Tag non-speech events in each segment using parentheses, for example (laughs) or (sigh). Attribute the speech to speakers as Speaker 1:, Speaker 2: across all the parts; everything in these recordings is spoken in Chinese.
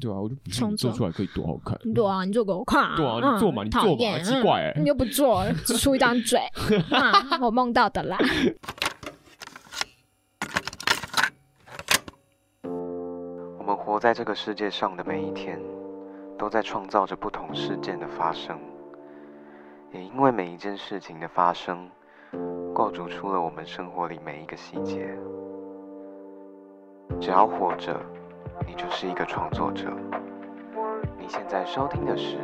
Speaker 1: 对啊，我就不信
Speaker 2: 创
Speaker 1: 你做
Speaker 2: 作
Speaker 1: 出来可以多好看。
Speaker 2: 对啊，你做给我看、
Speaker 1: 对啊，你做嘛，
Speaker 2: 嗯
Speaker 1: 你
Speaker 2: 讨
Speaker 1: 做嘛，
Speaker 2: 厌
Speaker 1: 奇怪欸
Speaker 2: 嗯，你又不做， (laughs) 只出一张
Speaker 1: (laughs)
Speaker 2: 嘴，啊、我梦到的啦。
Speaker 3: 我们活在这个世界上的每一天，都在创造着不同事件的发生，也因为每一件事情的发生，构筑出了我们生活里每一个细节。只要活着，你就是一个创作者。你现在收听的是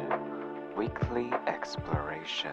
Speaker 3: Weekly Exploration。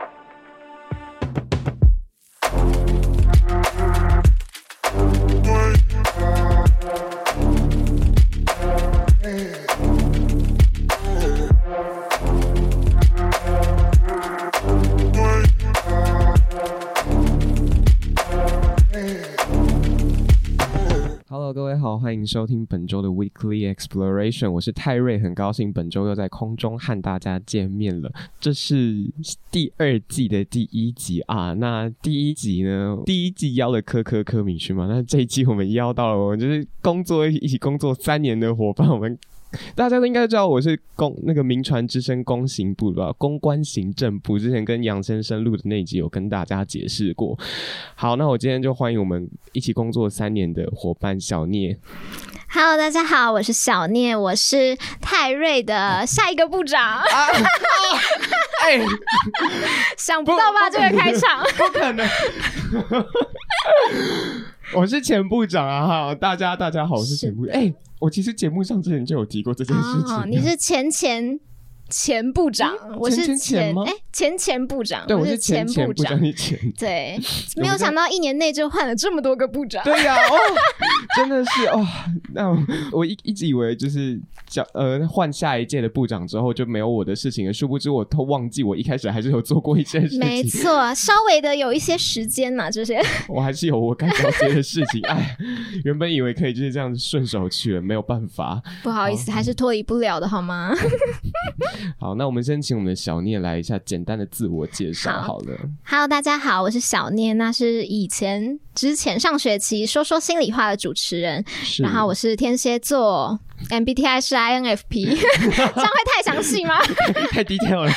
Speaker 1: Hello，各位好，欢迎收听本周的 Weekly Exploration，我是泰瑞，很高兴本周又在空中和大家见面了。这是第二季的第一集啊，那第一集呢，第一季邀了科科科米去嘛，那这一季我们邀到了我们就是工作一起工作三年的伙伴，我们。大家都应该知道我是公那个民传之声公行部的吧，公关行政部。之前跟杨先生录的那一集有跟大家解释过。好，那我今天就欢迎我们一起工作三年的伙伴小聂。
Speaker 2: Hello，大家好，我是小聂，我是泰瑞的下一个部长，
Speaker 1: 啊，哎、
Speaker 2: 想不到吧？
Speaker 1: 不
Speaker 2: 这个开场，
Speaker 1: 不可能！ (laughs) 我是前部长啊，哈，大家大家好，我是前部。哎、我其实节目上之前就有提过这件事情。
Speaker 2: 哦，你是前前前部长，我
Speaker 1: 嗯
Speaker 2: 是
Speaker 1: 前前前吗
Speaker 2: 哎前前部长，
Speaker 1: 对，我
Speaker 2: 是
Speaker 1: 是前前
Speaker 2: 部
Speaker 1: 部长，你前。
Speaker 2: 对，
Speaker 1: (laughs) 有
Speaker 2: 没有
Speaker 1: 这
Speaker 2: 想到一年内就换了这么多个部
Speaker 1: (laughs)
Speaker 2: 长，
Speaker 1: 对呀、哦，真的是哦。那我我一一直以为就是叫呃换下一届的部长之后就没有我的事情了，殊不知我都忘记我一开始还是有做过一件事
Speaker 2: 没
Speaker 1: 情。
Speaker 2: 错，稍微的有一些时间嘛，这些 (laughs)
Speaker 1: 我还是有我该交接的事情。哎，原本以为可以就是这样子顺手去了，没有办法。
Speaker 2: 不好意思，还是脱离不了的好吗？
Speaker 1: 好，那我们先请我们的小聂来一下简单的自我介绍好
Speaker 2: 好
Speaker 1: 了。
Speaker 2: Hello，大家好，我是小聂，那是以前之前上学期说说心里话的主持人，
Speaker 1: 是
Speaker 2: 然
Speaker 1: (laughs)
Speaker 2: 后我是天蝎座，MBTI 是 INFP，这样会太详细吗？
Speaker 1: 太低调了，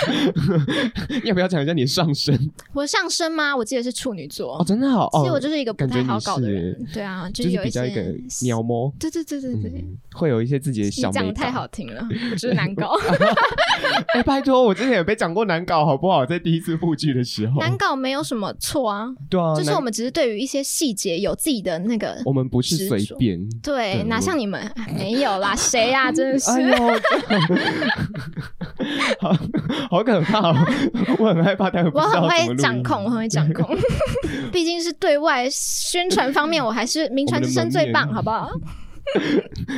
Speaker 1: (laughs) 要不要讲一下你的上身？
Speaker 2: 我上升吗？我记得是处女座，
Speaker 1: 哦，真的好
Speaker 2: 其实我
Speaker 1: 哦，
Speaker 2: 就是一个不
Speaker 1: 感觉
Speaker 2: 太
Speaker 1: 你
Speaker 2: 好搞的人
Speaker 1: 是，
Speaker 2: 对啊，
Speaker 1: 就是是
Speaker 2: 有
Speaker 1: 比较
Speaker 2: 些
Speaker 1: 一个鸟猫，
Speaker 2: 对对对对对。
Speaker 1: 嗯，会有一些自己的
Speaker 2: 你
Speaker 1: 小
Speaker 2: 讲
Speaker 1: 美哦
Speaker 2: 的太
Speaker 1: 感
Speaker 2: 好听了，我就是难
Speaker 1: (laughs)
Speaker 2: 搞，
Speaker 1: 哎、拜托，我之前也被讲过难搞，好不好？在第一次复剧的时候，
Speaker 2: 难搞没有什么错啊，
Speaker 1: 对啊，
Speaker 2: 就是
Speaker 1: 难
Speaker 2: 我们只是对于一些细节有自己的那个，
Speaker 1: 我们不是随
Speaker 2: 执着
Speaker 1: 便。对
Speaker 2: 对，哪
Speaker 1: 我
Speaker 2: 像你们哎没有啦，谁呀？真的
Speaker 1: 哎
Speaker 2: 是，
Speaker 1: 呦，好好可怕、哦！我很害怕，待会不
Speaker 2: 我
Speaker 1: 知道怎
Speaker 2: 很
Speaker 1: 么
Speaker 2: 会
Speaker 1: 录
Speaker 2: 掌
Speaker 1: 音
Speaker 2: 控，我很会掌控， (laughs) 毕竟是对外宣传方面，我还是名传之声最
Speaker 1: 我
Speaker 2: 棒，
Speaker 1: 们的门面
Speaker 2: 好不好？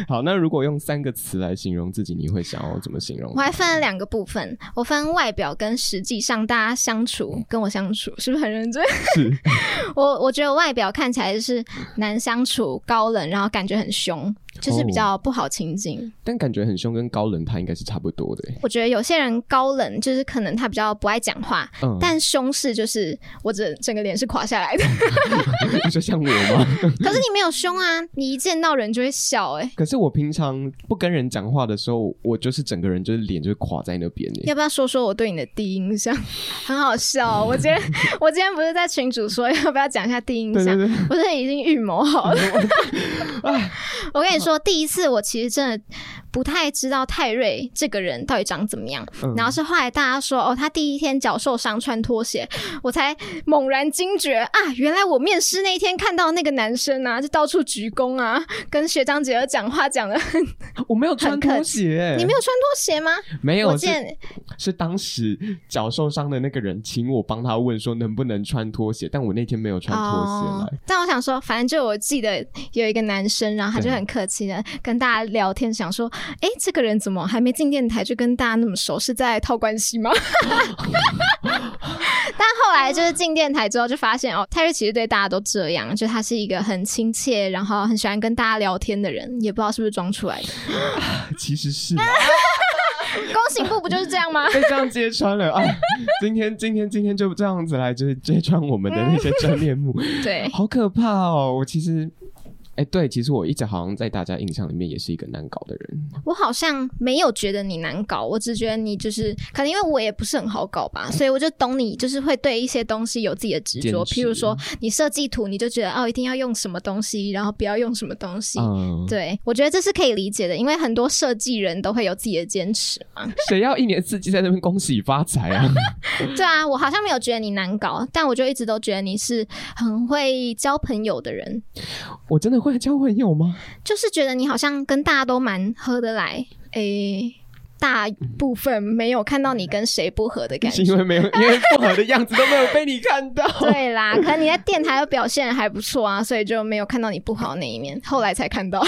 Speaker 1: 好，那如果用三个词来形容自己，你会想要怎么形容
Speaker 2: 我？还分了两个部分，我分外表跟实际上大家相处，跟我相处是不是很认真？
Speaker 1: 是
Speaker 2: (laughs) 我我觉得外表看起来就是难相处、高冷，然后感觉很凶，就是比
Speaker 1: 哦
Speaker 2: 较不好亲近。
Speaker 1: 但感觉很凶，跟高冷他应该是差不多的欸。
Speaker 2: 我觉得有些人高冷，就是可能他比较不爱讲话，
Speaker 1: 嗯，
Speaker 2: 但凶是就是我整整个脸是垮
Speaker 1: (laughs)
Speaker 2: 下来的。
Speaker 1: 你说像我吗？ (laughs)
Speaker 2: 可是你没有凶啊，你一见到人就会笑、欸，哎，
Speaker 1: 可是我平常不跟人讲话的时候，我就是整个人就是脸就是垮在那边欸
Speaker 2: 要不要说说我对你的第一印象？ (laughs) 很好笑哦、我今
Speaker 1: (laughs)
Speaker 2: 天我今天不是在群主说要不要讲一下第一印
Speaker 1: 对
Speaker 2: 象？
Speaker 1: 对对，
Speaker 2: 我这已经预谋好
Speaker 1: (laughs)
Speaker 2: 了。我跟你说，第一次我其实真的不太知道泰瑞这个人到底长怎么样，
Speaker 1: 嗯
Speaker 2: 然后是后来大家说哦，他第一天脚受伤穿拖鞋，我才猛然惊觉啊，原来我面试那一天看到那个男生啊，就到处鞠躬啊，跟学长姐儿讲话讲的， (laughs)
Speaker 1: (laughs) 我没有穿
Speaker 2: 很客
Speaker 1: 拖鞋欸，
Speaker 2: 你没有穿拖鞋吗？
Speaker 1: 没有
Speaker 2: 我
Speaker 1: 是
Speaker 2: 见
Speaker 1: 是当时脚受伤的那个人请我帮他问说能不能穿拖鞋，但我那天没有穿拖鞋
Speaker 2: 哦
Speaker 1: 来。，
Speaker 2: 但我想说，反正就我记得有一个男生，然后他就
Speaker 1: 对
Speaker 2: 很客气的 (laughs) 跟大家聊天，想说，哎，这个人怎么还没进电台就跟大家那么熟，是在套关系吗？ (laughs) 但后来就是进电台之后，就发现哦，泰瑞其实对大家都这样，就他是一个很亲切，然后很喜欢跟大家聊天的人，也不知道是不是装出来的。哦
Speaker 1: 其实是啦 (laughs)
Speaker 2: 工行部不就是这样吗？
Speaker 1: 被这样揭穿了啊！今天今天今天就这样
Speaker 2: (laughs)
Speaker 1: 子来，就是揭穿我们的那些真面目，
Speaker 2: 对，
Speaker 1: 好可怕哦！我其实。哎、对，其实我一直好像在大家印象里面也是一个难搞的人。
Speaker 2: 我好像没有觉得你难搞，我只觉得你就是可能因为我也不是很好搞吧，所以我就懂你，就是会对一些东西有自己的执
Speaker 1: 坚
Speaker 2: 着。
Speaker 1: 持
Speaker 2: 譬如说，你设计图，你就觉得哦，一定要用什么东西，然后不要用什么东西。
Speaker 1: 嗯，
Speaker 2: 对，我觉得这是可以理解的，因为很多设计人都会有自己的坚持嘛。
Speaker 1: 谁要一年四季在那边恭喜发财
Speaker 2: (laughs)
Speaker 1: 啊？
Speaker 2: 对啊，我好像没有觉得你难搞，但我就一直都觉得你是很会交朋友的人，
Speaker 1: 我真的会交朋友吗？
Speaker 2: 就是觉得你好像跟大家都蛮合得来，诶、大部分没有看到你跟谁不合的感
Speaker 1: 是
Speaker 2: 觉。
Speaker 1: 因为没有，因为不好的样子都没有被你看到。 (laughs)
Speaker 2: 对啦，可能你在电台的表现还不错啊，所以就没有看到你不好的那一面，后来才看到。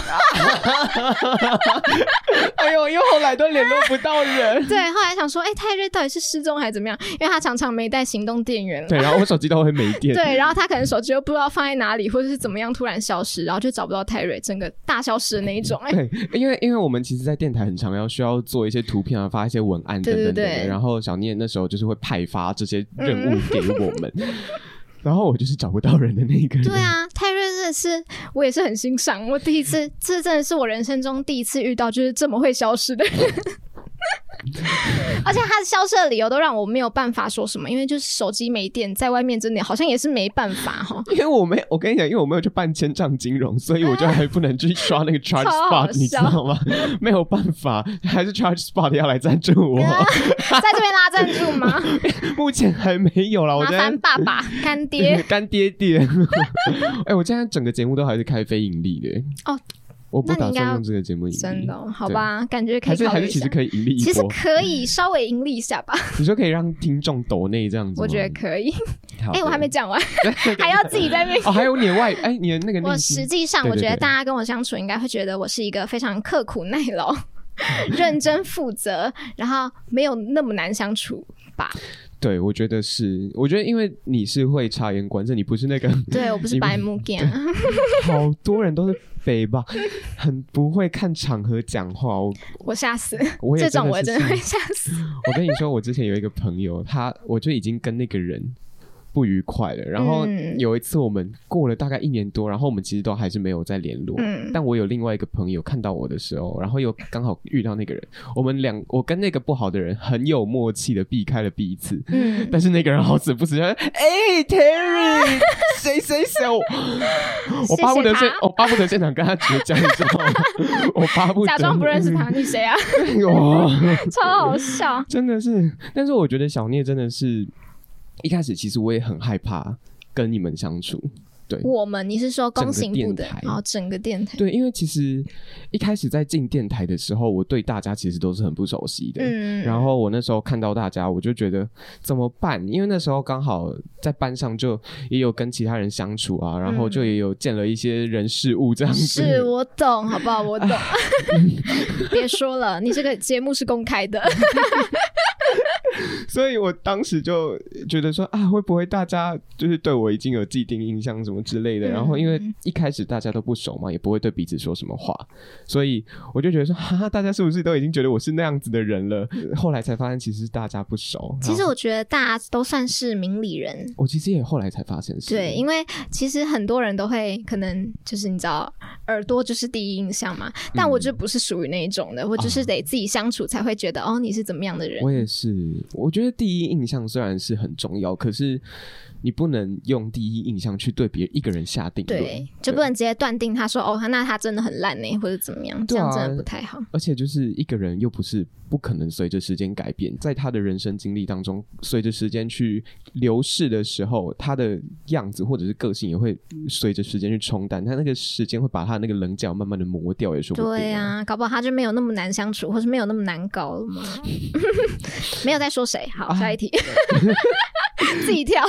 Speaker 1: 哎呦，因为后来都联络不到人。
Speaker 2: 对，后来想说，哎、泰瑞到底是失踪还是怎么样？因为他常常没带行动电源
Speaker 1: (laughs)
Speaker 2: 了。
Speaker 1: 对，然后我手机都会没电。
Speaker 2: 对，然后他可能手机又不知道放在哪里，或者是怎么样突然消失，然后就找不到泰瑞，整个大消失的那一种、哎，
Speaker 1: 对，因为因为我们其实，在电台很常要需要做一些图片啊，发一些文案等
Speaker 2: 对
Speaker 1: 等等
Speaker 2: 对
Speaker 1: 等
Speaker 2: 对嗯
Speaker 1: 的。然后小念那时候就是会派发这些任务给我们， (laughs) 然后我就是找不到人的那一个人。
Speaker 2: 对啊，泰瑞真的是我也是很欣赏，我第一次，这真的是我人生中第一次遇到就是这么会消失的人。 (laughs) 而且他消失的理由都让我没有办法说什么，因为就是手机没电，在外面真的好像也是没办法哈。
Speaker 1: 因为我没，我跟你讲，因为我没有去办千丈金融，所以我就还不能去刷那个 charge
Speaker 2: (laughs) 超好
Speaker 1: spot，你知
Speaker 2: 笑
Speaker 1: 道吗？没有办法，还是 charge spot 要来赞助我，
Speaker 2: 啊在这边拉赞助吗？
Speaker 1: (laughs) 目前还没有 (laughs) 啦。我
Speaker 2: 麻
Speaker 1: 觉得
Speaker 2: 烦爸爸、干爹
Speaker 1: (laughs) 干爹爹。哎、我现在整个节目都还是开非盈利的。
Speaker 2: 哦，
Speaker 1: 我不
Speaker 2: 那你
Speaker 1: 打
Speaker 2: 应该
Speaker 1: 算
Speaker 2: 要
Speaker 1: 用这个节目盈利。
Speaker 2: 真的哦好吧？感觉可
Speaker 1: 还
Speaker 2: 以
Speaker 1: 是
Speaker 2: 考
Speaker 1: 还
Speaker 2: 虑
Speaker 1: 是其
Speaker 2: 一下
Speaker 1: 实。可以盈利
Speaker 2: 其
Speaker 1: 一
Speaker 2: 实
Speaker 1: 波，
Speaker 2: 可以稍微盈利一下吧，
Speaker 1: 你说可以让听众抖内这样子吗？
Speaker 2: 我觉得可以。
Speaker 1: 嗯好
Speaker 2: 哎、
Speaker 1: 的
Speaker 2: 我还没
Speaker 1: (laughs)
Speaker 2: 讲完，还要自己在那边
Speaker 1: 哦，还有你的外哎，你的那个内
Speaker 2: (laughs) 我
Speaker 1: 心
Speaker 2: 实际上，
Speaker 1: 对
Speaker 2: 我
Speaker 1: 对
Speaker 2: 觉得
Speaker 1: 对
Speaker 2: 大家跟我相处应该会觉得我是一个非常刻苦耐劳、认真负责，然后没有那么难相处吧？
Speaker 1: 对，我觉得是，我觉得因为你是会察言观色，你不是那个
Speaker 2: (laughs) 对我不是
Speaker 1: 你们
Speaker 2: 白目 g
Speaker 1: 好多人都是北吧，很不会看场合讲话。我
Speaker 2: (laughs) 我吓死，
Speaker 1: 我也
Speaker 2: 这种我
Speaker 1: 是
Speaker 2: 真的会
Speaker 1: 这样
Speaker 2: 吓死。
Speaker 1: 我跟你说，我之前有一个朋友，他我就已经跟那个人不愉快了。然后
Speaker 2: 嗯
Speaker 1: 有一次我们过了大概一年多，然后我们其实都还是没有再联络。
Speaker 2: 嗯
Speaker 1: 但我有另外一个朋友看到我的时候，然后又刚好遇到那个人，我们两我跟那个不好的人很有默契的避开了彼此。
Speaker 2: (laughs) 嗯，
Speaker 1: 但是那个人好死不死，他说哎、t e r r
Speaker 2: (laughs)
Speaker 1: y 谁谁谁，我我巴不得
Speaker 2: 谢
Speaker 1: 现
Speaker 2: 谢他
Speaker 1: 我巴不得现场跟他绝交，你知道吗？ (laughs) 我巴不得嗯哦
Speaker 2: 假装不认
Speaker 1: (laughs)
Speaker 2: 识他，你谁啊？ (laughs)
Speaker 1: 哇
Speaker 2: 超好笑。
Speaker 1: 真的是，但是我觉得小聂真的是一开始，其实我也很害怕跟你们相处。
Speaker 2: 我们，你是说
Speaker 1: 整
Speaker 2: 工
Speaker 1: 个
Speaker 2: 行部的
Speaker 1: 电台，
Speaker 2: 然后整个电台，
Speaker 1: 对，因为其实一开始在进电台的时候，我对大家其实都是很不熟悉的。
Speaker 2: 嗯，
Speaker 1: 然后我那时候看到大家，我就觉得怎么办？因为那时候刚好在班上就也有跟其他人相处啊，然后就也有见了一些人事物这样子。
Speaker 2: 是我懂，好不好？我
Speaker 1: (laughs)
Speaker 2: 懂。别说了，你这个节目是公开的。
Speaker 1: 所以我当时就觉得说啊，会不会大家就是对我已经有既定印象什么之类的？
Speaker 2: 嗯
Speaker 1: 然后因为一开始大家都不熟嘛，也不会对彼此说什么话，所以我就觉得说，哈、哈，大家是不是都已经觉得我是那样子的人了？ (laughs) 后来才发现其实大家不熟。
Speaker 2: (laughs) 其实
Speaker 1: 然后
Speaker 2: 我觉得大家都算是明理人，
Speaker 1: 我其实也后来才发现是，
Speaker 2: 对，因为其实很多人都会可能就是你知道，耳朵就是第一印象嘛。但
Speaker 1: 嗯
Speaker 2: 我就不是属于那一种的，我就是得自己相处才会觉得、哦，你是怎么样的人
Speaker 1: 哦我。也是，我觉得第一印象虽然是很重要，可是你不能用第一印象去对别一个人下定论。
Speaker 2: 对，就不能直接断定他说哦，那他真的很烂呢，欸或者怎么样，这
Speaker 1: 对啊
Speaker 2: 样真的不太好。
Speaker 1: 而且就是一个人又不是不可能随着时间改变，在他的人生经历当中，随着时间去流逝的时候，他的样子或者是个性也会随着时间去冲淡，他那个时间会把他那个棱角慢慢的磨掉，也说不定、
Speaker 2: 对
Speaker 1: 啊。
Speaker 2: 啊，搞不好他就没有那么难相处，或是没有那么难搞
Speaker 1: (laughs)
Speaker 2: 了嘛。没有在说谁，好，
Speaker 1: 啊
Speaker 2: 下一题， (laughs) 自己跳，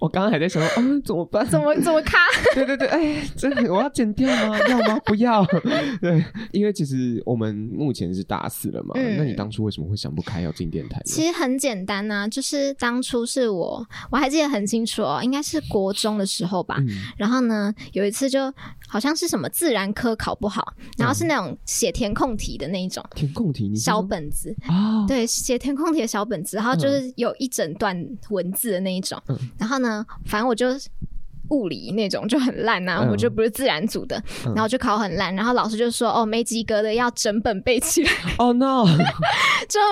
Speaker 1: 我刚刚还在想说啊，怎么办？
Speaker 2: 怎么怎么卡？
Speaker 1: 对对对，哎，这我要剪掉吗？啊要吗？不要。 (laughs) 对，因为其实我们目前是大四了嘛，
Speaker 2: 嗯
Speaker 1: 那你当初为什么会想不开要进电台呢？
Speaker 2: 其实很简单呐、就是当初是我，我还记得很清楚哦，应该是国中的时候吧。
Speaker 1: 嗯
Speaker 2: 然后呢，有一次就好像是什么自然科考不好，然后
Speaker 1: 嗯
Speaker 2: 是那种写填空题的那一种
Speaker 1: 填空题，你是
Speaker 2: 小
Speaker 1: 说
Speaker 2: 本子，
Speaker 1: 啊，
Speaker 2: 对，写填空题的小
Speaker 1: 嗯
Speaker 2: 本子，然后就是有一整段文字的那一种。然后呢，反正我就物理那种就很烂呐、
Speaker 1: 嗯
Speaker 2: 我就不是自然组的，
Speaker 1: 嗯
Speaker 2: 然后就考很烂，然后老师就说哦没及格的要整本背起来，
Speaker 1: 哦、no，
Speaker 2: (laughs) 整本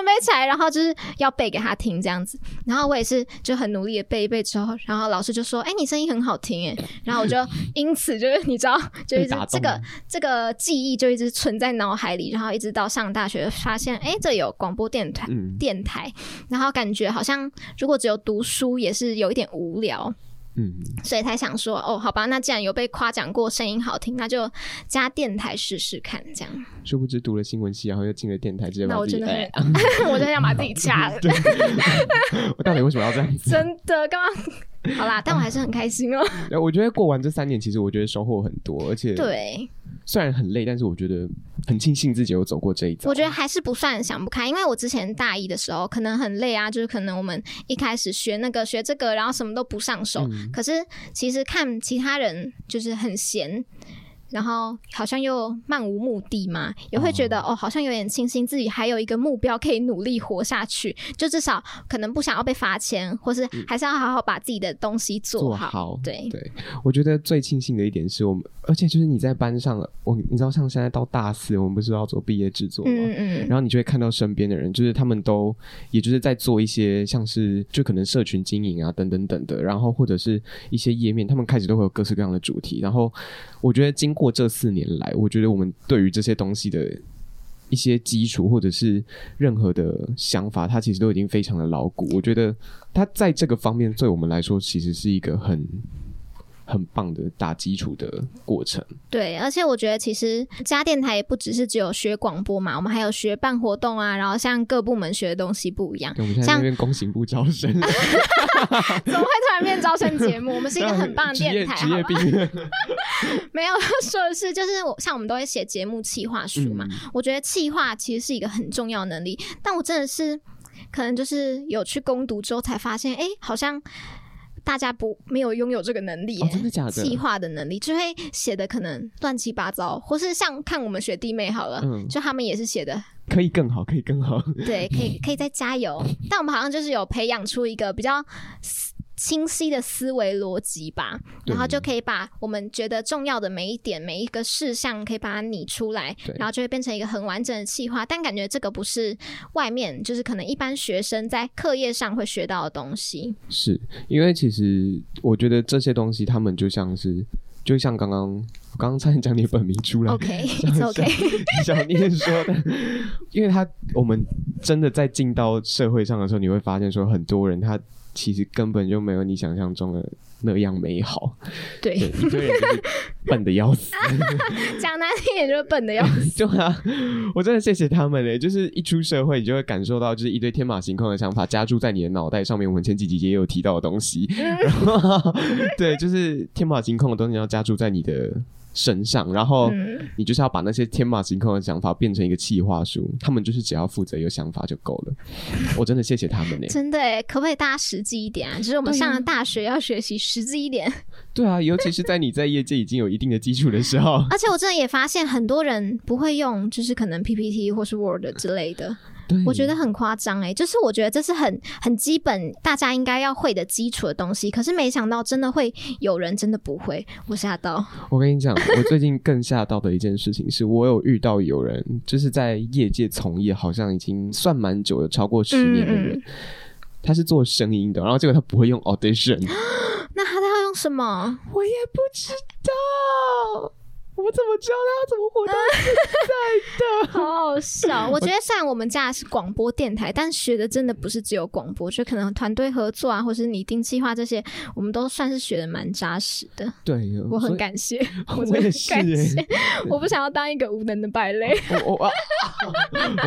Speaker 2: 背起来，然后就是要背给他听这样子，然后我也是就很努力的背一背之后，然后老师就说哎、你声音很好听哎，然后我就因此就是你知道就一
Speaker 1: 被
Speaker 2: 直
Speaker 1: 打
Speaker 2: 这
Speaker 1: 动
Speaker 2: 个
Speaker 1: 了
Speaker 2: 这个记忆就一直存在脑海里，然后一直到上大学发现哎、这有广播电台。
Speaker 1: 嗯
Speaker 2: 电台，然后感觉好像如果只有读书也是有一点无聊，
Speaker 1: 嗯，
Speaker 2: 所以才想说，哦，好吧，那既然有被夸奖过声音好听，那就加电台试试看，这样。
Speaker 1: 殊不知读了新闻系，然后又进了电台，直接
Speaker 2: 那
Speaker 1: 把
Speaker 2: 我
Speaker 1: 自己
Speaker 2: 真的很
Speaker 1: 哎，
Speaker 2: (laughs) 我真的想把自己
Speaker 1: (laughs)
Speaker 2: 掐了，
Speaker 1: 我到底为什么要这样
Speaker 2: (laughs)
Speaker 1: 子？
Speaker 2: 真的干嘛？ (laughs) 好啦，但我还是很开心哦。
Speaker 1: 呃我觉得过完这三年，其实我觉得收获很多，而且
Speaker 2: 对，
Speaker 1: 虽然很累，但是我觉得很庆幸自己有走过这一遭。
Speaker 2: 我觉得还是不算想不开，因为我之前大一的时候可能很累啊，就是可能我们一开始学那个学这个，然后什么都不上手。
Speaker 1: 嗯
Speaker 2: 可是其实看其他人就是很闲，然后好像又漫无目的嘛，也会觉得哦好像有点庆幸自己还有一个目标可以努力活下去，就至少可能不想要被罚钱，或是还是要好好把自己的东西
Speaker 1: 做
Speaker 2: 嗯做好。
Speaker 1: 好，
Speaker 2: 对
Speaker 1: 对，我觉得最庆幸的一点是我们，而且就是你在班上，我你知道，像现在到大四，我们不是要做毕业制作吗？
Speaker 2: 嗯嗯嗯，
Speaker 1: 然后你就会看到身边的人，就是他们都，也就是在做一些像是就可能社群经营啊等等等的，然后或者是一些页面，他们开始都会有各式各样的主题。然后我觉得经过这四年来，我觉得我们对于这些东西的一些基础或者是任何的想法，它其实都已经非常的牢固。我觉得它在这个方面对我们来说，其实是一个很。很棒的打基础的过程，
Speaker 2: 对，而且我觉得其实家电台也不只是只有学广播嘛，我们还有学办活动啊，然后像各部门学的东西不一样
Speaker 1: 对，我们现在在
Speaker 2: 像啊
Speaker 1: 那边公行部招生，
Speaker 2: 怎么会突然变招生节目？我们是一个很棒
Speaker 1: (laughs)
Speaker 2: 的
Speaker 1: 职业
Speaker 2: 电台，
Speaker 1: 职
Speaker 2: 好
Speaker 1: 业
Speaker 2: 吧？
Speaker 1: 病
Speaker 2: 没有 (laughs) 说的是，就是我像我们都会写节目企划书嘛，
Speaker 1: 嗯
Speaker 2: 我觉得企划其实是一个很重要的能力，但我真的是可能就是有去攻读之后才发现，哎、好像。大家不没有拥有这个能力、
Speaker 1: 哦真的假的
Speaker 2: 企划的能力就会写的可能乱七八糟，或是像看我们学弟妹好了，
Speaker 1: 嗯
Speaker 2: 就他们也是写的，
Speaker 1: 可以更好，可以更好。
Speaker 2: 对，可以可以再加油。但我们好像就是有培养出一个比较思清晰的思维逻辑吧，
Speaker 1: 对
Speaker 2: 然后就可以把我们觉得重要的每一点、每一个事项，可以把它拟出来
Speaker 1: 对，
Speaker 2: 然后就会变成一个很完整的计划。但感觉这个不是外面，就是可能一般学生在课业上会学到的东西。
Speaker 1: (laughs) 是因为其实我觉得这些东西，他们就像是，就像刚刚我刚刚差点讲你本名出来
Speaker 2: OK，it's (laughs) OK，
Speaker 1: (laughs) 小念说的，因为他我们真的在进到社会上的时候，你会发现说，很多人他其实根本就没有你想象中的那样美好， (laughs) 对，
Speaker 2: 对，
Speaker 1: 一堆人就是笨的要死。
Speaker 2: 讲难听点就是笨的要死。
Speaker 1: (laughs) 对啊，我真的谢谢他们嘞！欸就是一出社会，你就会感受到，就是一堆天马行空的想法加注在你的脑袋上面。我们前几集也有提到的东西，然后对，就是天马行空的东西要加注在你的身上，然后
Speaker 2: 嗯，
Speaker 1: 你就是要把那些天马行空的想法变成一个企划书。他们就是只要负责有想法就够了。我真的谢谢他们嘞！欸
Speaker 2: 真的耶，可不可以大家实际一点啊？就是我们上了大学要学习实际一点。
Speaker 1: 对啊，尤其是在你在业界已经有一定的基础的时候，
Speaker 2: 而且我真的也发现很多人不会用，就是可能 PPT 或是
Speaker 1: 嗯
Speaker 2: Word 之类的，
Speaker 1: 对，
Speaker 2: 我觉得很夸张哎。就是我觉得这是很很基本，大家应该要会的基础的东西。可是没想到真的会有人真的不会，我吓到。 (laughs)
Speaker 1: 我跟你讲，我最近更吓到的一件事情是，我有遇到有人就是在业界从业，好像已经算蛮久了，超过十年的人。
Speaker 2: 嗯
Speaker 1: 他是做声音的，然后结果他不会用 audition，
Speaker 2: 那他要用什么？
Speaker 1: (gasps) 我也不知道，我怎么知道他怎么活到
Speaker 2: 好
Speaker 1: (laughs)
Speaker 2: 好笑。我觉得虽然我们家是广播电台，但学的真的不是只有广播，就可能团队合作啊，或是拟定计划这些，我们都算是学的蛮扎实的。
Speaker 1: 对，
Speaker 2: 我
Speaker 1: 嗯所
Speaker 2: 很
Speaker 1: 以
Speaker 2: 感谢，
Speaker 1: (laughs) 我
Speaker 2: 真的
Speaker 1: 也
Speaker 2: 很
Speaker 1: 是
Speaker 2: 感
Speaker 1: 欸
Speaker 2: 谢，我不想要当一个无能的败类。
Speaker 1: 我我啊，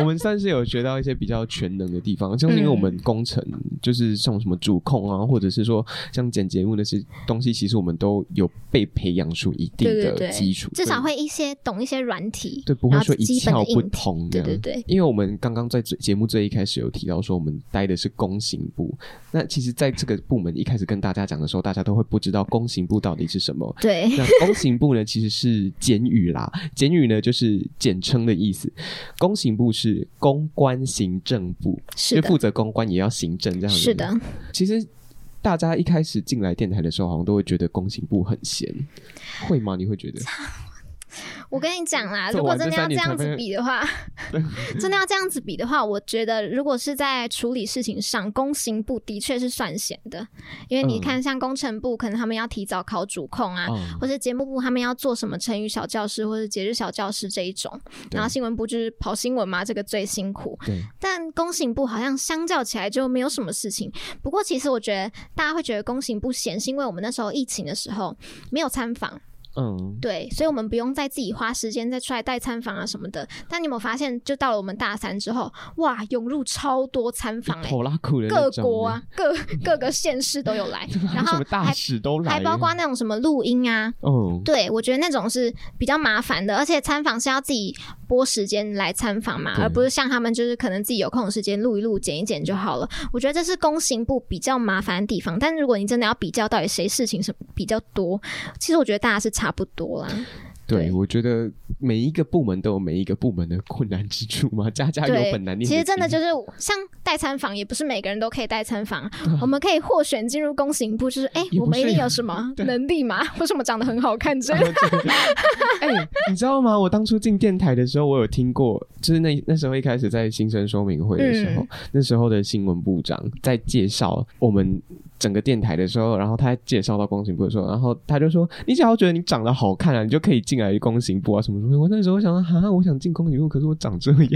Speaker 1: (laughs) 我们算是有学到一些比较全能的地方，像是
Speaker 2: 嗯
Speaker 1: 因为我们工程就是像什么主控啊，或者是说像剪节目那些东西，其实我们都有被培养出一定
Speaker 2: 对对
Speaker 1: 的
Speaker 2: 对
Speaker 1: 基础，
Speaker 2: (laughs) 至少
Speaker 1: 对
Speaker 2: 会一些懂一些软体，
Speaker 1: 对，不会
Speaker 2: 然后
Speaker 1: 说一
Speaker 2: 基本的
Speaker 1: 窍不
Speaker 2: 硬体。
Speaker 1: 通这
Speaker 2: 对
Speaker 1: 样。
Speaker 2: 对对，
Speaker 1: 因为我们刚刚在最节目最一开始有提到说，我们待的是工行部。那其实，在这个部门一开始跟大家讲的时候，大家都会不知道工行部到底是什么。
Speaker 2: 对， (laughs)
Speaker 1: 那工行部呢，其实是简语啦，简语呢就是简称的意思。工行部是公关行政部，
Speaker 2: 是
Speaker 1: 就
Speaker 2: 的，
Speaker 1: 负责公关也要行政这样子。
Speaker 2: 是的，
Speaker 1: 其实大家一开始进来电台的时候，好像都会觉得工信部很闲，会吗？你会觉得？
Speaker 2: 我跟你讲啦，
Speaker 1: 做
Speaker 2: 如果
Speaker 1: 完
Speaker 2: 真
Speaker 1: 这
Speaker 2: 的要
Speaker 1: 三
Speaker 2: 这
Speaker 1: 年才
Speaker 2: 样子
Speaker 1: 被
Speaker 2: 比
Speaker 1: (laughs)
Speaker 2: 的话， (laughs) 真的要这样子比的话，我觉得如果是在处理事情上，工行部的确是算闲的，因为你
Speaker 1: 嗯
Speaker 2: 看，像工程部可能他们要提早考主控啊，
Speaker 1: 嗯
Speaker 2: 或是节目部他们要做什么成语小教室或是节日小教室这一种，
Speaker 1: 对
Speaker 2: 然后新闻部就是跑新闻嘛，这个最辛苦。 (laughs)
Speaker 1: 对，
Speaker 2: 但工行部好像相较起来就没有什么事情。不过其实我觉得大家会觉得工行部闲，是因为我们那时候疫情的时候没有参访。
Speaker 1: 嗯，
Speaker 2: 对，所以我们不用再自己花时间再出来带参访啊什么的。但你有没有发现，就到了我们大三之后，哇，涌入超多参访
Speaker 1: 一
Speaker 2: 哎、
Speaker 1: 头拉苦的
Speaker 2: 各
Speaker 1: 那种欸 (laughs)
Speaker 2: 国啊，各各个县市都有来，然
Speaker 1: 什
Speaker 2: 后
Speaker 1: 么大
Speaker 2: 还
Speaker 1: 使都来
Speaker 2: 还
Speaker 1: 了，
Speaker 2: 包括那种什么录音啊，
Speaker 1: 嗯，
Speaker 2: 对我觉得那种是比较麻烦的，而且参访是要自己拨时间来参访嘛，
Speaker 1: 对
Speaker 2: 而不是像他们就是可能自己有空的时间录一录、剪一剪就好了。我觉得这是工行部比较麻烦的地方。但如果你真的要比较到底谁事情什么比较多，其实我觉得大家是差不多啦。
Speaker 1: 对，
Speaker 2: 对
Speaker 1: 我觉得每一个部门都有每一个部门的困难之处嘛，家家有
Speaker 2: 对
Speaker 1: 本难念经。
Speaker 2: 其实真的就是像代餐房，也不是每个人都可以代餐房。我们可以获选进入工行部，就是哎、
Speaker 1: 也
Speaker 2: 我
Speaker 1: 不
Speaker 2: 们一
Speaker 1: 是啊
Speaker 2: 定有
Speaker 1: (laughs)
Speaker 2: 什么能力 (laughs) 嘛，或是我们长得很好看之类
Speaker 1: 然
Speaker 2: 的。 (laughs)
Speaker 1: 后就哎、你知道吗？我当初进电台的时候，我有听过，就是那那时候一开始在新生说明会的时候，
Speaker 2: 嗯
Speaker 1: (laughs) 那时候的新闻部长在介绍我们整个电台的时候，然后他介绍到工行部的时候，然后他就说：“你只要觉得你长得好看啊，你就可以进来工行部啊什么什么。”我那时候想说：“啊，我想进工行部，可是我长这
Speaker 2: (laughs)
Speaker 1: 样。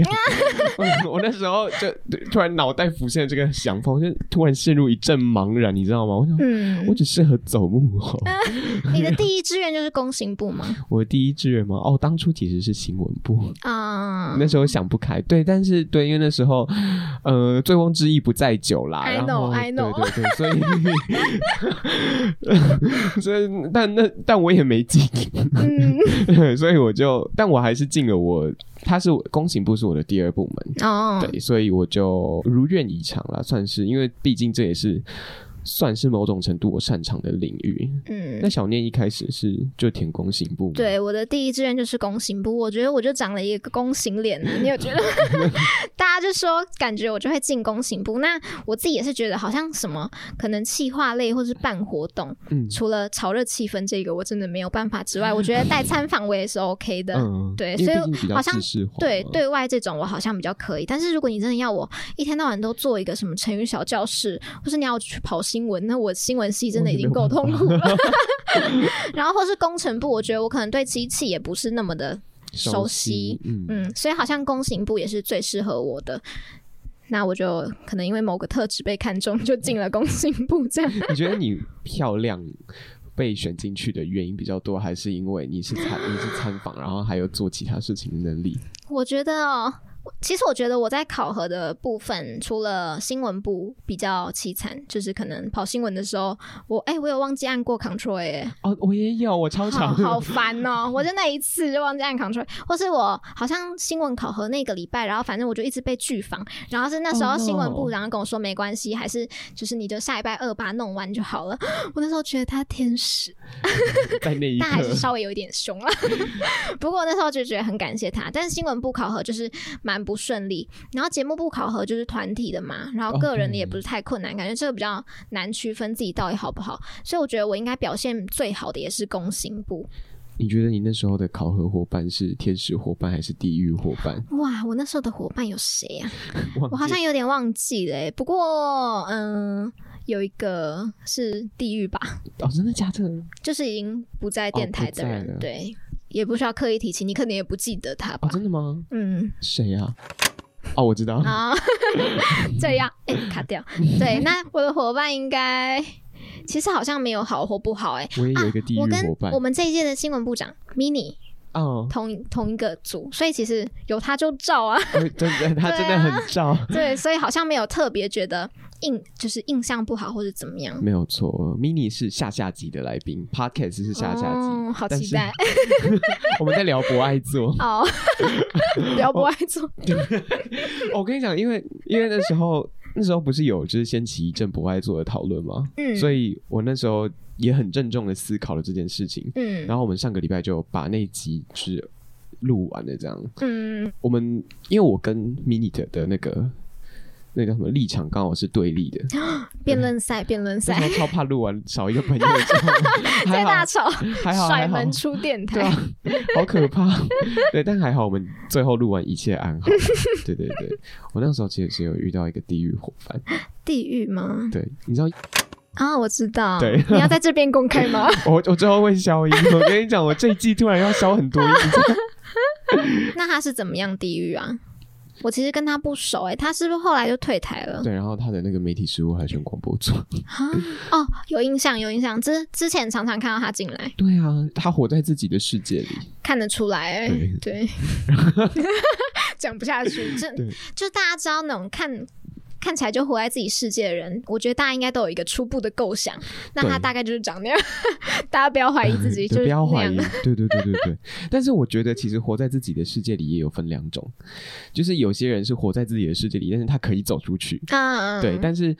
Speaker 1: 我”我那时候就突然脑袋浮现这个想法，我就突然陷入一阵茫然，你知道吗？ (laughs) 我想。
Speaker 2: 嗯
Speaker 1: 我，只适合走幕后，
Speaker 2: 你的第一志愿就是工行部吗？
Speaker 1: 我第一志愿吗？哦，当初其实是新闻部，
Speaker 2: 啊、
Speaker 1: 那时候想不开，对，但是对，因为那时候，呃，醉翁之意不在酒啦
Speaker 2: I
Speaker 1: 然
Speaker 2: know,
Speaker 1: 后
Speaker 2: I know
Speaker 1: 对对对，所以，所以， (laughs) 但那但我也没进， (laughs)
Speaker 2: 嗯，
Speaker 1: 所以我就，但我还是进了我，他是我工行部是我的第二部门，
Speaker 2: 哦，
Speaker 1: 对，所以我就如愿以偿啦，算是，因为毕竟这也是算是某种程度我擅长的领域。那
Speaker 2: 嗯，
Speaker 1: 小念一开始是就填工行部吗，
Speaker 2: 对，我的第一志愿就是工行部，我觉得我就长了一个工行脸
Speaker 1: (laughs)
Speaker 2: 呢、你有觉得？ (laughs) 大家就说感觉我就会进工行部，那我自己也是觉得好像什么可能企划类或是办活动，
Speaker 1: 嗯
Speaker 2: 除了炒热气氛这个我真的没有办法之
Speaker 1: (laughs)
Speaker 2: 外，我觉得带参访我也是 OK 的。
Speaker 1: 嗯，
Speaker 2: 对
Speaker 1: 因为
Speaker 2: 所
Speaker 1: 毕
Speaker 2: 以
Speaker 1: 竟比较
Speaker 2: 好像
Speaker 1: 知识化
Speaker 2: 对
Speaker 1: 嘛，
Speaker 2: 对外这种我好像比较可以，但是如果你真的要我一天到晚都做一个什么成语小教室，或是你要我去跑新闻，那我新闻系真的已经够痛苦了。 (laughs) 然后或是工程部，我觉得我可能对机器也不是那么的，熟悉，
Speaker 1: 嗯
Speaker 2: 嗯， (laughs) 所以好像工行部也是最适合我的。那我就可能因为某个特质被看中，就进了工行部这样。
Speaker 1: 你觉得你漂亮被选进去的原因比较多，还是因为你是参你是参访，然后还有做其他事情的能力？
Speaker 2: 我觉得哦，其实我觉得我在考核的部分，除了新闻部比较凄惨，就是可能跑新闻的时候，我哎、我有忘记按过 Control A，哎
Speaker 1: 哦，我也有，我超
Speaker 2: 好
Speaker 1: 常
Speaker 2: 好烦哦！我就那一次就忘记按 Control，或是我好像新闻考核那个礼拜，然后反正我就一直被拒访，然后是那时候
Speaker 1: Oh no
Speaker 2: 新闻部长跟我说没关系，还是就是你就下礼拜二把它弄完就好了。 (gasps) 我那时候觉得他天使，
Speaker 1: (laughs) 在那一刻
Speaker 2: 但还是稍微有一点凶
Speaker 1: (laughs)
Speaker 2: 了。不过那时候就觉得很感谢他，但是新闻部考核就是蛮不顺利，然后节目部考核就是团体的嘛，然后
Speaker 1: 哦
Speaker 2: 个人的
Speaker 1: 对
Speaker 2: 也不是太困难，感觉这个比较难区分自己到底好不好，所以我觉得我应该表现最好的也是工行部。
Speaker 1: 你觉得你那时候的考核伙伴是天使伙伴还是地狱伙伴？
Speaker 2: 哇，我那时候的伙伴有谁啊？
Speaker 1: 忘
Speaker 2: (laughs) 我好
Speaker 1: 记
Speaker 2: 像有点忘记了欸、不过嗯。有一个是地狱吧，
Speaker 1: 哦，真的假的？
Speaker 2: 就是已经不在电台的
Speaker 1: 哦
Speaker 2: 人，
Speaker 1: 不在了
Speaker 2: 对，也不需要刻意提起，你肯定也不记得他吧
Speaker 1: 哦，？真的吗？
Speaker 2: 嗯，
Speaker 1: 谁呀、啊？哦，我知道，
Speaker 2: (laughs) 啊，这样哎、卡掉。对，那我的伙伴应该其实好像没有好或不好哎、
Speaker 1: 我也有一个地狱
Speaker 2: 我跟
Speaker 1: 伙伴
Speaker 2: 我。们这一届的新闻部长 mini
Speaker 1: 哦，
Speaker 2: 同同一个组，所以其实有他就照啊。 (laughs)
Speaker 1: 哦真的，他真
Speaker 2: 对
Speaker 1: 的
Speaker 2: 啊
Speaker 1: 很照。
Speaker 2: 对，所以好像没有特别觉得印就是印象不好或者怎么样。
Speaker 1: 没有错，mini 是下下集的来宾，podcast 是下下集。
Speaker 2: 哦、好
Speaker 1: 但
Speaker 2: 期
Speaker 1: 是
Speaker 2: 待
Speaker 1: (laughs)
Speaker 2: (laughs)
Speaker 1: 我们在聊博爱座。 (laughs)
Speaker 2: 哦，聊
Speaker 1: 哦
Speaker 2: 不爱做，
Speaker 1: 我跟你讲，因为因为那时候那时候不是有就是掀起一阵博爱座的讨论吗？
Speaker 2: 嗯，
Speaker 1: 所
Speaker 2: 以
Speaker 1: 以我那时候也很郑重的思考了这件事情。
Speaker 2: 嗯
Speaker 1: 然后我们上个礼拜就把那一集是录完了，这样。
Speaker 2: 嗯
Speaker 1: 我们因为我跟 Mini 的的那个那个什么立场刚好是对立的，
Speaker 2: (laughs) 辩论赛，辩论
Speaker 1: 那时
Speaker 2: 赛，
Speaker 1: 候超怕录完少一个朋友，你知道
Speaker 2: (laughs)
Speaker 1: 吗嗯
Speaker 2: 在
Speaker 1: 还好
Speaker 2: 大吵，
Speaker 1: 还好
Speaker 2: 甩
Speaker 1: 还好，
Speaker 2: 门出电
Speaker 1: 对
Speaker 2: 台
Speaker 1: 啊。，
Speaker 2: (laughs)
Speaker 1: 好可怕。 (laughs) 对，但还好我们最后录完一切安好。对对对，我那时候其实是有遇到一个地狱伙伴，
Speaker 2: 地狱吗？
Speaker 1: 对，你知道
Speaker 2: 啊，我知道。
Speaker 1: 对
Speaker 2: 你要在这边公
Speaker 1: (laughs)
Speaker 2: 开吗？
Speaker 1: 我我最后会消音， (laughs) 我跟你讲，我这一季突然要消很多
Speaker 2: (laughs)
Speaker 1: 音，你知道吗
Speaker 2: 那他是怎么样地狱啊？我其实跟他不熟哎、他是不是后来就退台了？
Speaker 1: 对，然后他的那个媒体实务海选广播组，
Speaker 2: 啊，哦，有印象，有印象。之之前常常看到他进来，
Speaker 1: 对啊，他活在自己的世界里，
Speaker 2: 看得出来、欸。
Speaker 1: 对 (laughs)
Speaker 2: 对， (laughs) 讲不下去，这
Speaker 1: 对
Speaker 2: 就大家知道那种看。看起来就活在自己世界的人，我觉得大家应该都有一个初步的构想。那他
Speaker 1: 对
Speaker 2: 大概就是长那样， (laughs) 大家不要怀疑自
Speaker 1: 对
Speaker 2: 己，就是
Speaker 1: 不要
Speaker 2: 那
Speaker 1: 怀
Speaker 2: 样嗯
Speaker 1: 疑。对对对对对。但是我觉得，其实活在自己的世界里也有分两种，就是有些人是活在自己的世界里，但是他可以走出去，
Speaker 2: 嗯，嗯
Speaker 1: 对，但是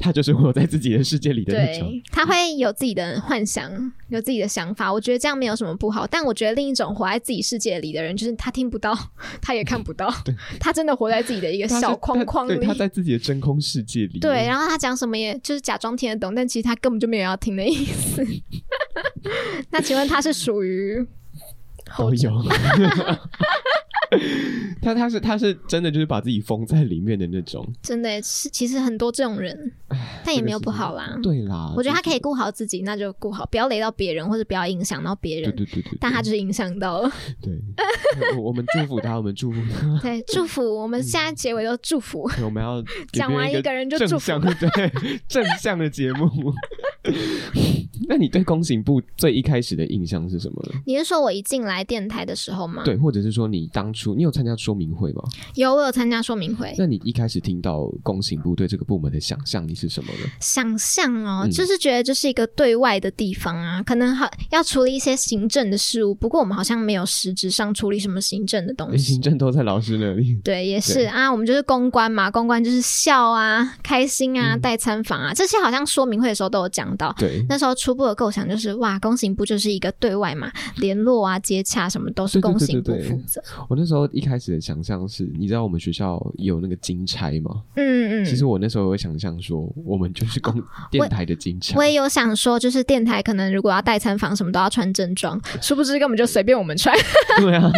Speaker 1: 他就是活在自己的世界里的那种。
Speaker 2: 对，他会有自己的幻想，有自己的想法。我觉得这样没有什么不好，但我觉得另一种活在自己世界里的人，就是他听不到，他也看不到，他真的活在自己的一个
Speaker 1: 他是
Speaker 2: 小
Speaker 1: 他
Speaker 2: 框框
Speaker 1: 对，
Speaker 2: 里
Speaker 1: 他。在自己的真空世界里。
Speaker 2: 对，然后他讲什么也，就是假装听得懂，但其实他根本就没有要听的意思。 (laughs) 那请问他是属于
Speaker 1: 都有。 (laughs) 他他是他是真的就是把自己封在里面的那种，
Speaker 2: 真的是？其实很多这种人，但也没有不好啦。
Speaker 1: 对啊啦。
Speaker 2: 嗯我觉得他
Speaker 1: 就
Speaker 2: 可以顾好自己，那就顾好，不要雷到别人，或者不要影响到别
Speaker 1: 对
Speaker 2: 人。
Speaker 1: 对对对，
Speaker 2: 但他就是影响到了。
Speaker 1: 对， (laughs) 我我们祝福他，我们祝福他，
Speaker 2: (laughs) 对，祝福我
Speaker 1: 嗯
Speaker 2: 们现在结尾都祝福。
Speaker 1: 我们要给
Speaker 2: 讲
Speaker 1: 别
Speaker 2: 完
Speaker 1: 一
Speaker 2: 一个人就祝
Speaker 1: 正
Speaker 2: 福
Speaker 1: 向的对正向的节目。 (laughs) 那你对工行部最一开始的印象是什么呢？
Speaker 2: 你是说我一进来电台的时候吗？
Speaker 1: 对，或者是说你当初你有参加说明会吗？
Speaker 2: 有我有参加说明会。
Speaker 1: 那你一开始听到工行部对这个部门的想象，你是什么呢？
Speaker 2: 想象哦，
Speaker 1: 嗯
Speaker 2: 就是觉得这是一个对外的地方啊，可能好要处理一些行政的事务，不过我们好像没有实质上处理什么行政的东
Speaker 1: 诶行
Speaker 2: 西。
Speaker 1: 政都在老师那里，
Speaker 2: 对，也是
Speaker 1: 哎对
Speaker 2: 啊，我们就是公关嘛，公关就是笑啊、开心啊、
Speaker 1: 嗯
Speaker 2: 带餐房啊，这些好像说明会的时候都有讲到。
Speaker 1: 对，
Speaker 2: 那时候初步的构想就是，哇，工行部就是一个对外嘛，联络啊、接洽什么都是
Speaker 1: 对对
Speaker 2: 工
Speaker 1: 对
Speaker 2: 行部
Speaker 1: 对对
Speaker 2: 负责。
Speaker 1: 我那时候一开始的想象是，你知道我们学校有那个金钗吗？
Speaker 2: 嗯嗯。啊
Speaker 1: 其实我那时候有想象说，我们就是公电台的金钗
Speaker 2: 我。也有想说，就是电台可能如果要带餐房什么都要穿正装，殊不知根本就随便我们 (laughs) 穿，
Speaker 1: 对啊，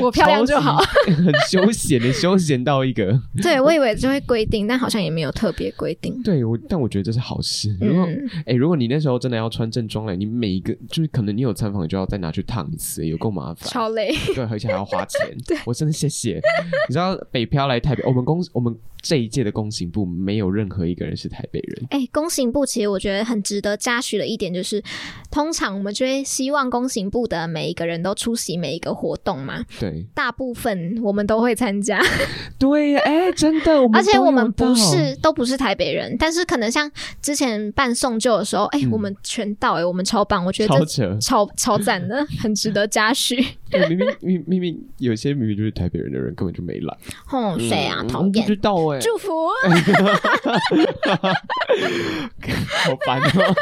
Speaker 2: 我漂亮就好。
Speaker 1: 超级，很休闲的，休闲到一个。
Speaker 2: 对我以为就会规定，但好像也没有特别规定。
Speaker 1: 对我，但我觉得这是好事。如果哎、
Speaker 2: 嗯，
Speaker 1: 如果你那时候真的要穿正装来，你每一个就是可能你有参访，你就要再拿去烫一次，有够麻烦。
Speaker 2: 超累。
Speaker 1: 对，而且还要花钱。我真的谢谢。你知道北漂来台北，我们公我们这一届的工行部没有任何一个人是台北人。
Speaker 2: (laughs) 哎、工行部其实我觉得很值得嘉许的一点就是，通常我们就会希望工行部的每一个人都出席每一个活动嘛，
Speaker 1: 对
Speaker 2: 大部分我们都会参加，
Speaker 1: 对呀，哎、真的，我们
Speaker 2: 而且
Speaker 1: 都
Speaker 2: 我
Speaker 1: 有
Speaker 2: 们不
Speaker 1: 到
Speaker 2: 是都不是台北人，但是可能像之前办送旧的时候，哎、
Speaker 1: 嗯
Speaker 2: 我们全到哎、我们超棒，我觉得这
Speaker 1: 超扯。
Speaker 2: 超超赞的，很值得嘉 (laughs) 许。
Speaker 1: 对，明明明明明有些明明就是台北人的人根本就没来，
Speaker 2: 哼，谁啊？
Speaker 1: 嗯
Speaker 2: 讨
Speaker 1: 我不
Speaker 2: 厌！
Speaker 1: 知道哎、
Speaker 2: 祝福，哦
Speaker 1: 好烦哦。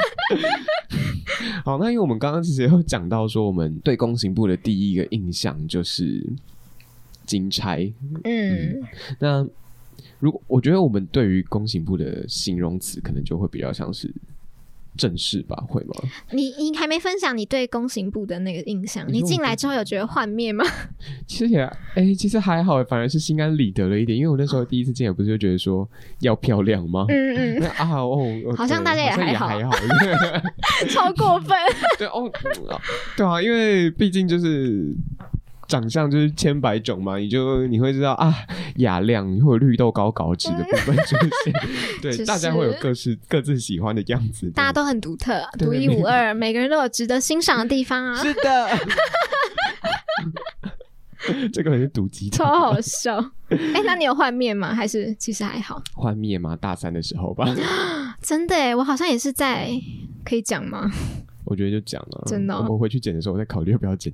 Speaker 1: (laughs) 好，那因为我们刚刚其实有讲到说，我们对工行部的第一个印象就是金钗。
Speaker 2: 嗯，
Speaker 1: 那如果我觉得我们对于工行部的形容词，可能就会比较像是正式吧，会吗？
Speaker 2: 你你还没分享你对工行部的那个印象，
Speaker 1: 你
Speaker 2: 你
Speaker 1: 说我
Speaker 2: 进来之后有觉得幻灭吗？
Speaker 1: 其实也，哎、其实还好，反而是心安理得了一点，因为我那时候第一次进来，不是就觉得说要漂亮吗？
Speaker 2: 嗯
Speaker 1: 那啊哦，哦
Speaker 2: 好像
Speaker 1: 对
Speaker 2: 大家也
Speaker 1: 好像
Speaker 2: 还
Speaker 1: 也还好，
Speaker 2: 好
Speaker 1: (laughs)
Speaker 2: 嗯， (laughs) 超过分。
Speaker 1: 对哦，对啊，因为毕竟就是长相就是千百种嘛，你就你会知道啊，雅亮或者绿豆糕稿纸的部分出现， (laughs)
Speaker 2: (laughs)
Speaker 1: 对，
Speaker 2: 就是
Speaker 1: 大家会有各式各自喜欢的样子，
Speaker 2: 嗯大家都很独特，
Speaker 1: 对
Speaker 2: 独一无二，每个人都有值得欣赏的地方啊，
Speaker 1: (laughs) 是的。这个人是毒鸡
Speaker 2: 超
Speaker 1: 汤，(laughs)
Speaker 2: 好笑。哎、那你有幻灭吗？还是其实还好？
Speaker 1: 幻灭吗？大三的时候吧，
Speaker 2: 真的耶，我好像也是在，可以讲吗？
Speaker 1: 我觉得就讲了。啊
Speaker 2: 真的哦
Speaker 1: 我们回去剪的时候，我再考虑要不要剪。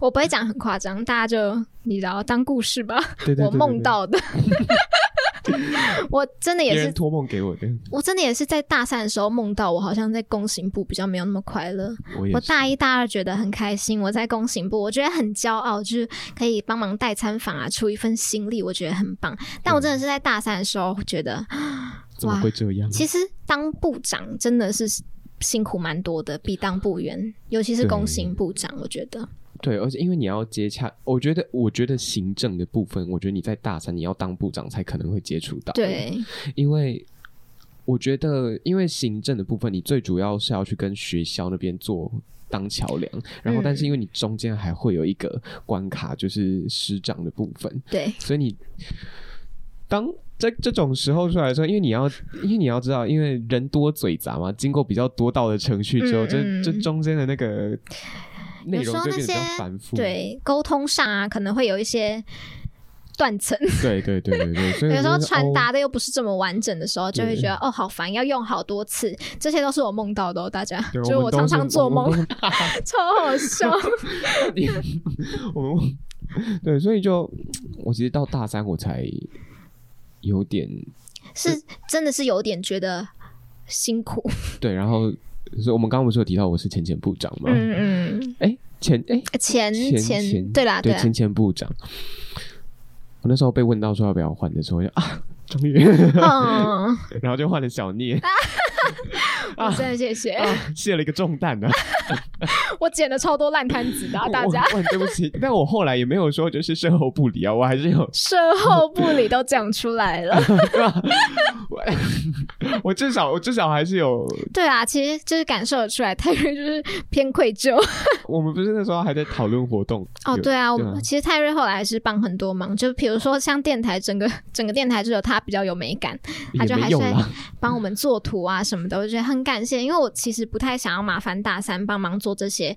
Speaker 2: 我不会讲很夸张，大家就你知道当故事吧，
Speaker 1: (laughs) 对对对对对
Speaker 2: 我梦到的。我真的也
Speaker 1: 别
Speaker 2: 是
Speaker 1: 人托梦给我的，
Speaker 2: 我真的也是在大三的时候梦到我好像在工行部比较没有那么快乐。
Speaker 1: 我也
Speaker 2: 我
Speaker 1: 是
Speaker 2: 大一大二觉得很开心，我在工行部我觉得很骄傲，就是可以帮忙代餐房啊，出一份心力，我觉得很棒。但我真的是在大三的时候觉得，
Speaker 1: 怎么
Speaker 2: 哇
Speaker 1: 会这样？
Speaker 2: 其实当部长真的是辛苦蛮多的，比当部员，尤其是
Speaker 1: 对
Speaker 2: 工行部长，我觉得
Speaker 1: 对，而且因为你要接洽，我觉得，我觉得行政的部分，我觉得你在大三你要当部长才可能会接触到。，
Speaker 2: 对
Speaker 1: 因为我觉得，因为行政的部分，你最主要是要去跟学校那边做当桥梁，然后
Speaker 2: 嗯
Speaker 1: 但是因为你中间还会有一个关卡，就是师长的部分，
Speaker 2: 对
Speaker 1: 所以你当在这种时候出来的时候，因为你要，因为你要知道，因为人多嘴杂嘛，经过比较多道的程序之后，
Speaker 2: 嗯嗯
Speaker 1: 这这中间的那个内
Speaker 2: 有时
Speaker 1: 容
Speaker 2: 候
Speaker 1: 就会变得比较
Speaker 2: 那些
Speaker 1: 繁
Speaker 2: (laughs)
Speaker 1: 复。
Speaker 2: 对，沟通上啊可能会有一些断层。
Speaker 1: 对对对对对，所以
Speaker 2: 有时候
Speaker 1: 我觉得
Speaker 2: 传达
Speaker 1: 哦嗯
Speaker 2: 的又不是这么完整的时候，就会
Speaker 1: 对
Speaker 2: 觉得哦好烦，要用好多次，这些都是我梦到的、哦，大家
Speaker 1: 对
Speaker 2: (laughs) 就是我
Speaker 1: 们都
Speaker 2: 常
Speaker 1: 是
Speaker 2: 常做梦，
Speaker 1: 我们
Speaker 2: 超好笑。
Speaker 1: (laughs)
Speaker 2: (laughs)
Speaker 1: 都我们对，所以就我其实到大三我才有点
Speaker 2: 是真的是有点觉得
Speaker 1: (laughs)
Speaker 2: 辛苦，
Speaker 1: 对，然后所以我们刚刚不是有提到我是前前部长吗？
Speaker 2: 嗯嗯，
Speaker 1: 哎、前哎、
Speaker 2: 前
Speaker 1: 前
Speaker 2: 前
Speaker 1: 前
Speaker 2: 啊对啦
Speaker 1: 对
Speaker 2: 啦，
Speaker 1: 前前部长，我那时候被问到说要不要换的时候，我就啊， (laughs) 终于， (laughs)
Speaker 2: 嗯，
Speaker 1: 然后就换了小聂，
Speaker 2: 啊我真的谢谢，
Speaker 1: 啊， (laughs) 卸了一个重担啊。
Speaker 2: 我剪了超多烂摊子 (laughs) 的啊，大家
Speaker 1: (laughs) 我，我很对不
Speaker 2: (laughs)
Speaker 1: 起，但我后来也没有说就是事后不理啊，我还是有 (laughs)
Speaker 2: 售后部里都讲出来了。
Speaker 1: 我至少我至少还是有，
Speaker 2: 对啊，其实就是感受得出来，泰瑞就是偏愧疚。
Speaker 1: 我们不是那时候还在讨论活动有
Speaker 2: 哦，对啊，我
Speaker 1: 对啊
Speaker 2: 其实泰瑞后来是帮很多忙，就比如说像电台，整个整个电台只有他比较有美感，他
Speaker 1: 也
Speaker 2: 就还
Speaker 1: 没
Speaker 2: 是
Speaker 1: 用
Speaker 2: 会
Speaker 1: 啦，
Speaker 2: 帮我们做图啊什么的，我觉得很感谢，因为我其实不太想要麻烦大三帮忙做这些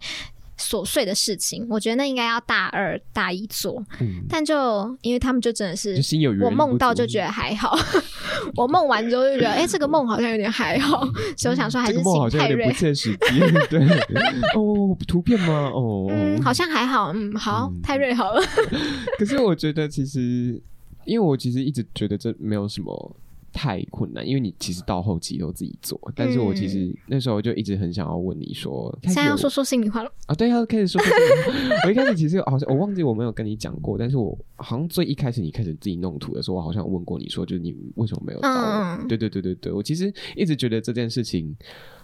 Speaker 2: 琐碎的事情，我觉得那应该要大二大一做，
Speaker 1: 嗯，
Speaker 2: 但就因为他们就真的是
Speaker 1: 就。心有余而
Speaker 2: 我
Speaker 1: 力
Speaker 2: 梦
Speaker 1: 不
Speaker 2: 到
Speaker 1: 足
Speaker 2: 就觉得还好， (laughs) 我梦完之后就觉得，哎、这个梦好像有点还
Speaker 1: (laughs)
Speaker 2: 好，所以我想说还
Speaker 1: 嗯这
Speaker 2: 是
Speaker 1: 个梦好
Speaker 2: 请
Speaker 1: 像
Speaker 2: 泰
Speaker 1: 有点
Speaker 2: 瑞
Speaker 1: 不，切实际，
Speaker 2: (laughs)
Speaker 1: 对，哦，图片吗？哦，
Speaker 2: 嗯，好像还好，嗯，好，
Speaker 1: 嗯
Speaker 2: 泰瑞好了，
Speaker 1: 可是我觉得其实，因为我其实一直觉得这没有什么太困难，因为你其实到后期都自己做。但是我其实那时候就一直很想要问你说，
Speaker 2: 现嗯在要
Speaker 1: 开始有
Speaker 2: 说说心里话了，
Speaker 1: 啊，对，要开始说。 (laughs) 我一开始其实好像我忘记我没有跟你讲过，但是我好像最一开始你开始自己弄图的时候，我好像有问过你说，就是你为什么没有找我？
Speaker 2: 嗯
Speaker 1: 对对对对对，我其实一直觉得这件事情。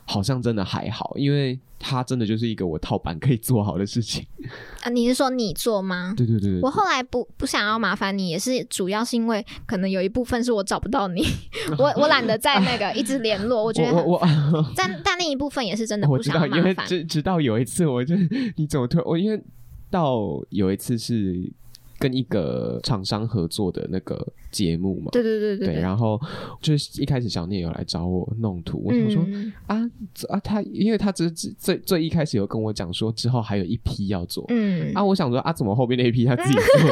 Speaker 1: 好像真的还好，因为它真的就是一个我套版可以做好的事情。
Speaker 2: 啊，你是说你做吗？
Speaker 1: 对对对对，
Speaker 2: 我后来不不想要麻烦你，也是主要是因为可能有一部分是我找不到你，我我懒得在那个一直联络，我觉得
Speaker 1: 我
Speaker 2: 很
Speaker 1: 我我
Speaker 2: 但但另一部分也是真的
Speaker 1: 我
Speaker 2: 不
Speaker 1: 知
Speaker 2: 想
Speaker 1: 道，因
Speaker 2: 要麻
Speaker 1: 为
Speaker 2: 烦。
Speaker 1: 直直到有一次，我就你怎么突然我因为到有一次是跟一个厂商合作的那个节目嘛。
Speaker 2: 对对对对
Speaker 1: 然后就是一开始小聂有来找我弄图，我想说、
Speaker 2: 嗯，
Speaker 1: 啊这啊，他因为他只只最最一开始有跟我讲说之后还有一批要做、
Speaker 2: 嗯，
Speaker 1: 啊，我想说啊，怎么后面那一批
Speaker 2: (laughs)
Speaker 1: 他自己做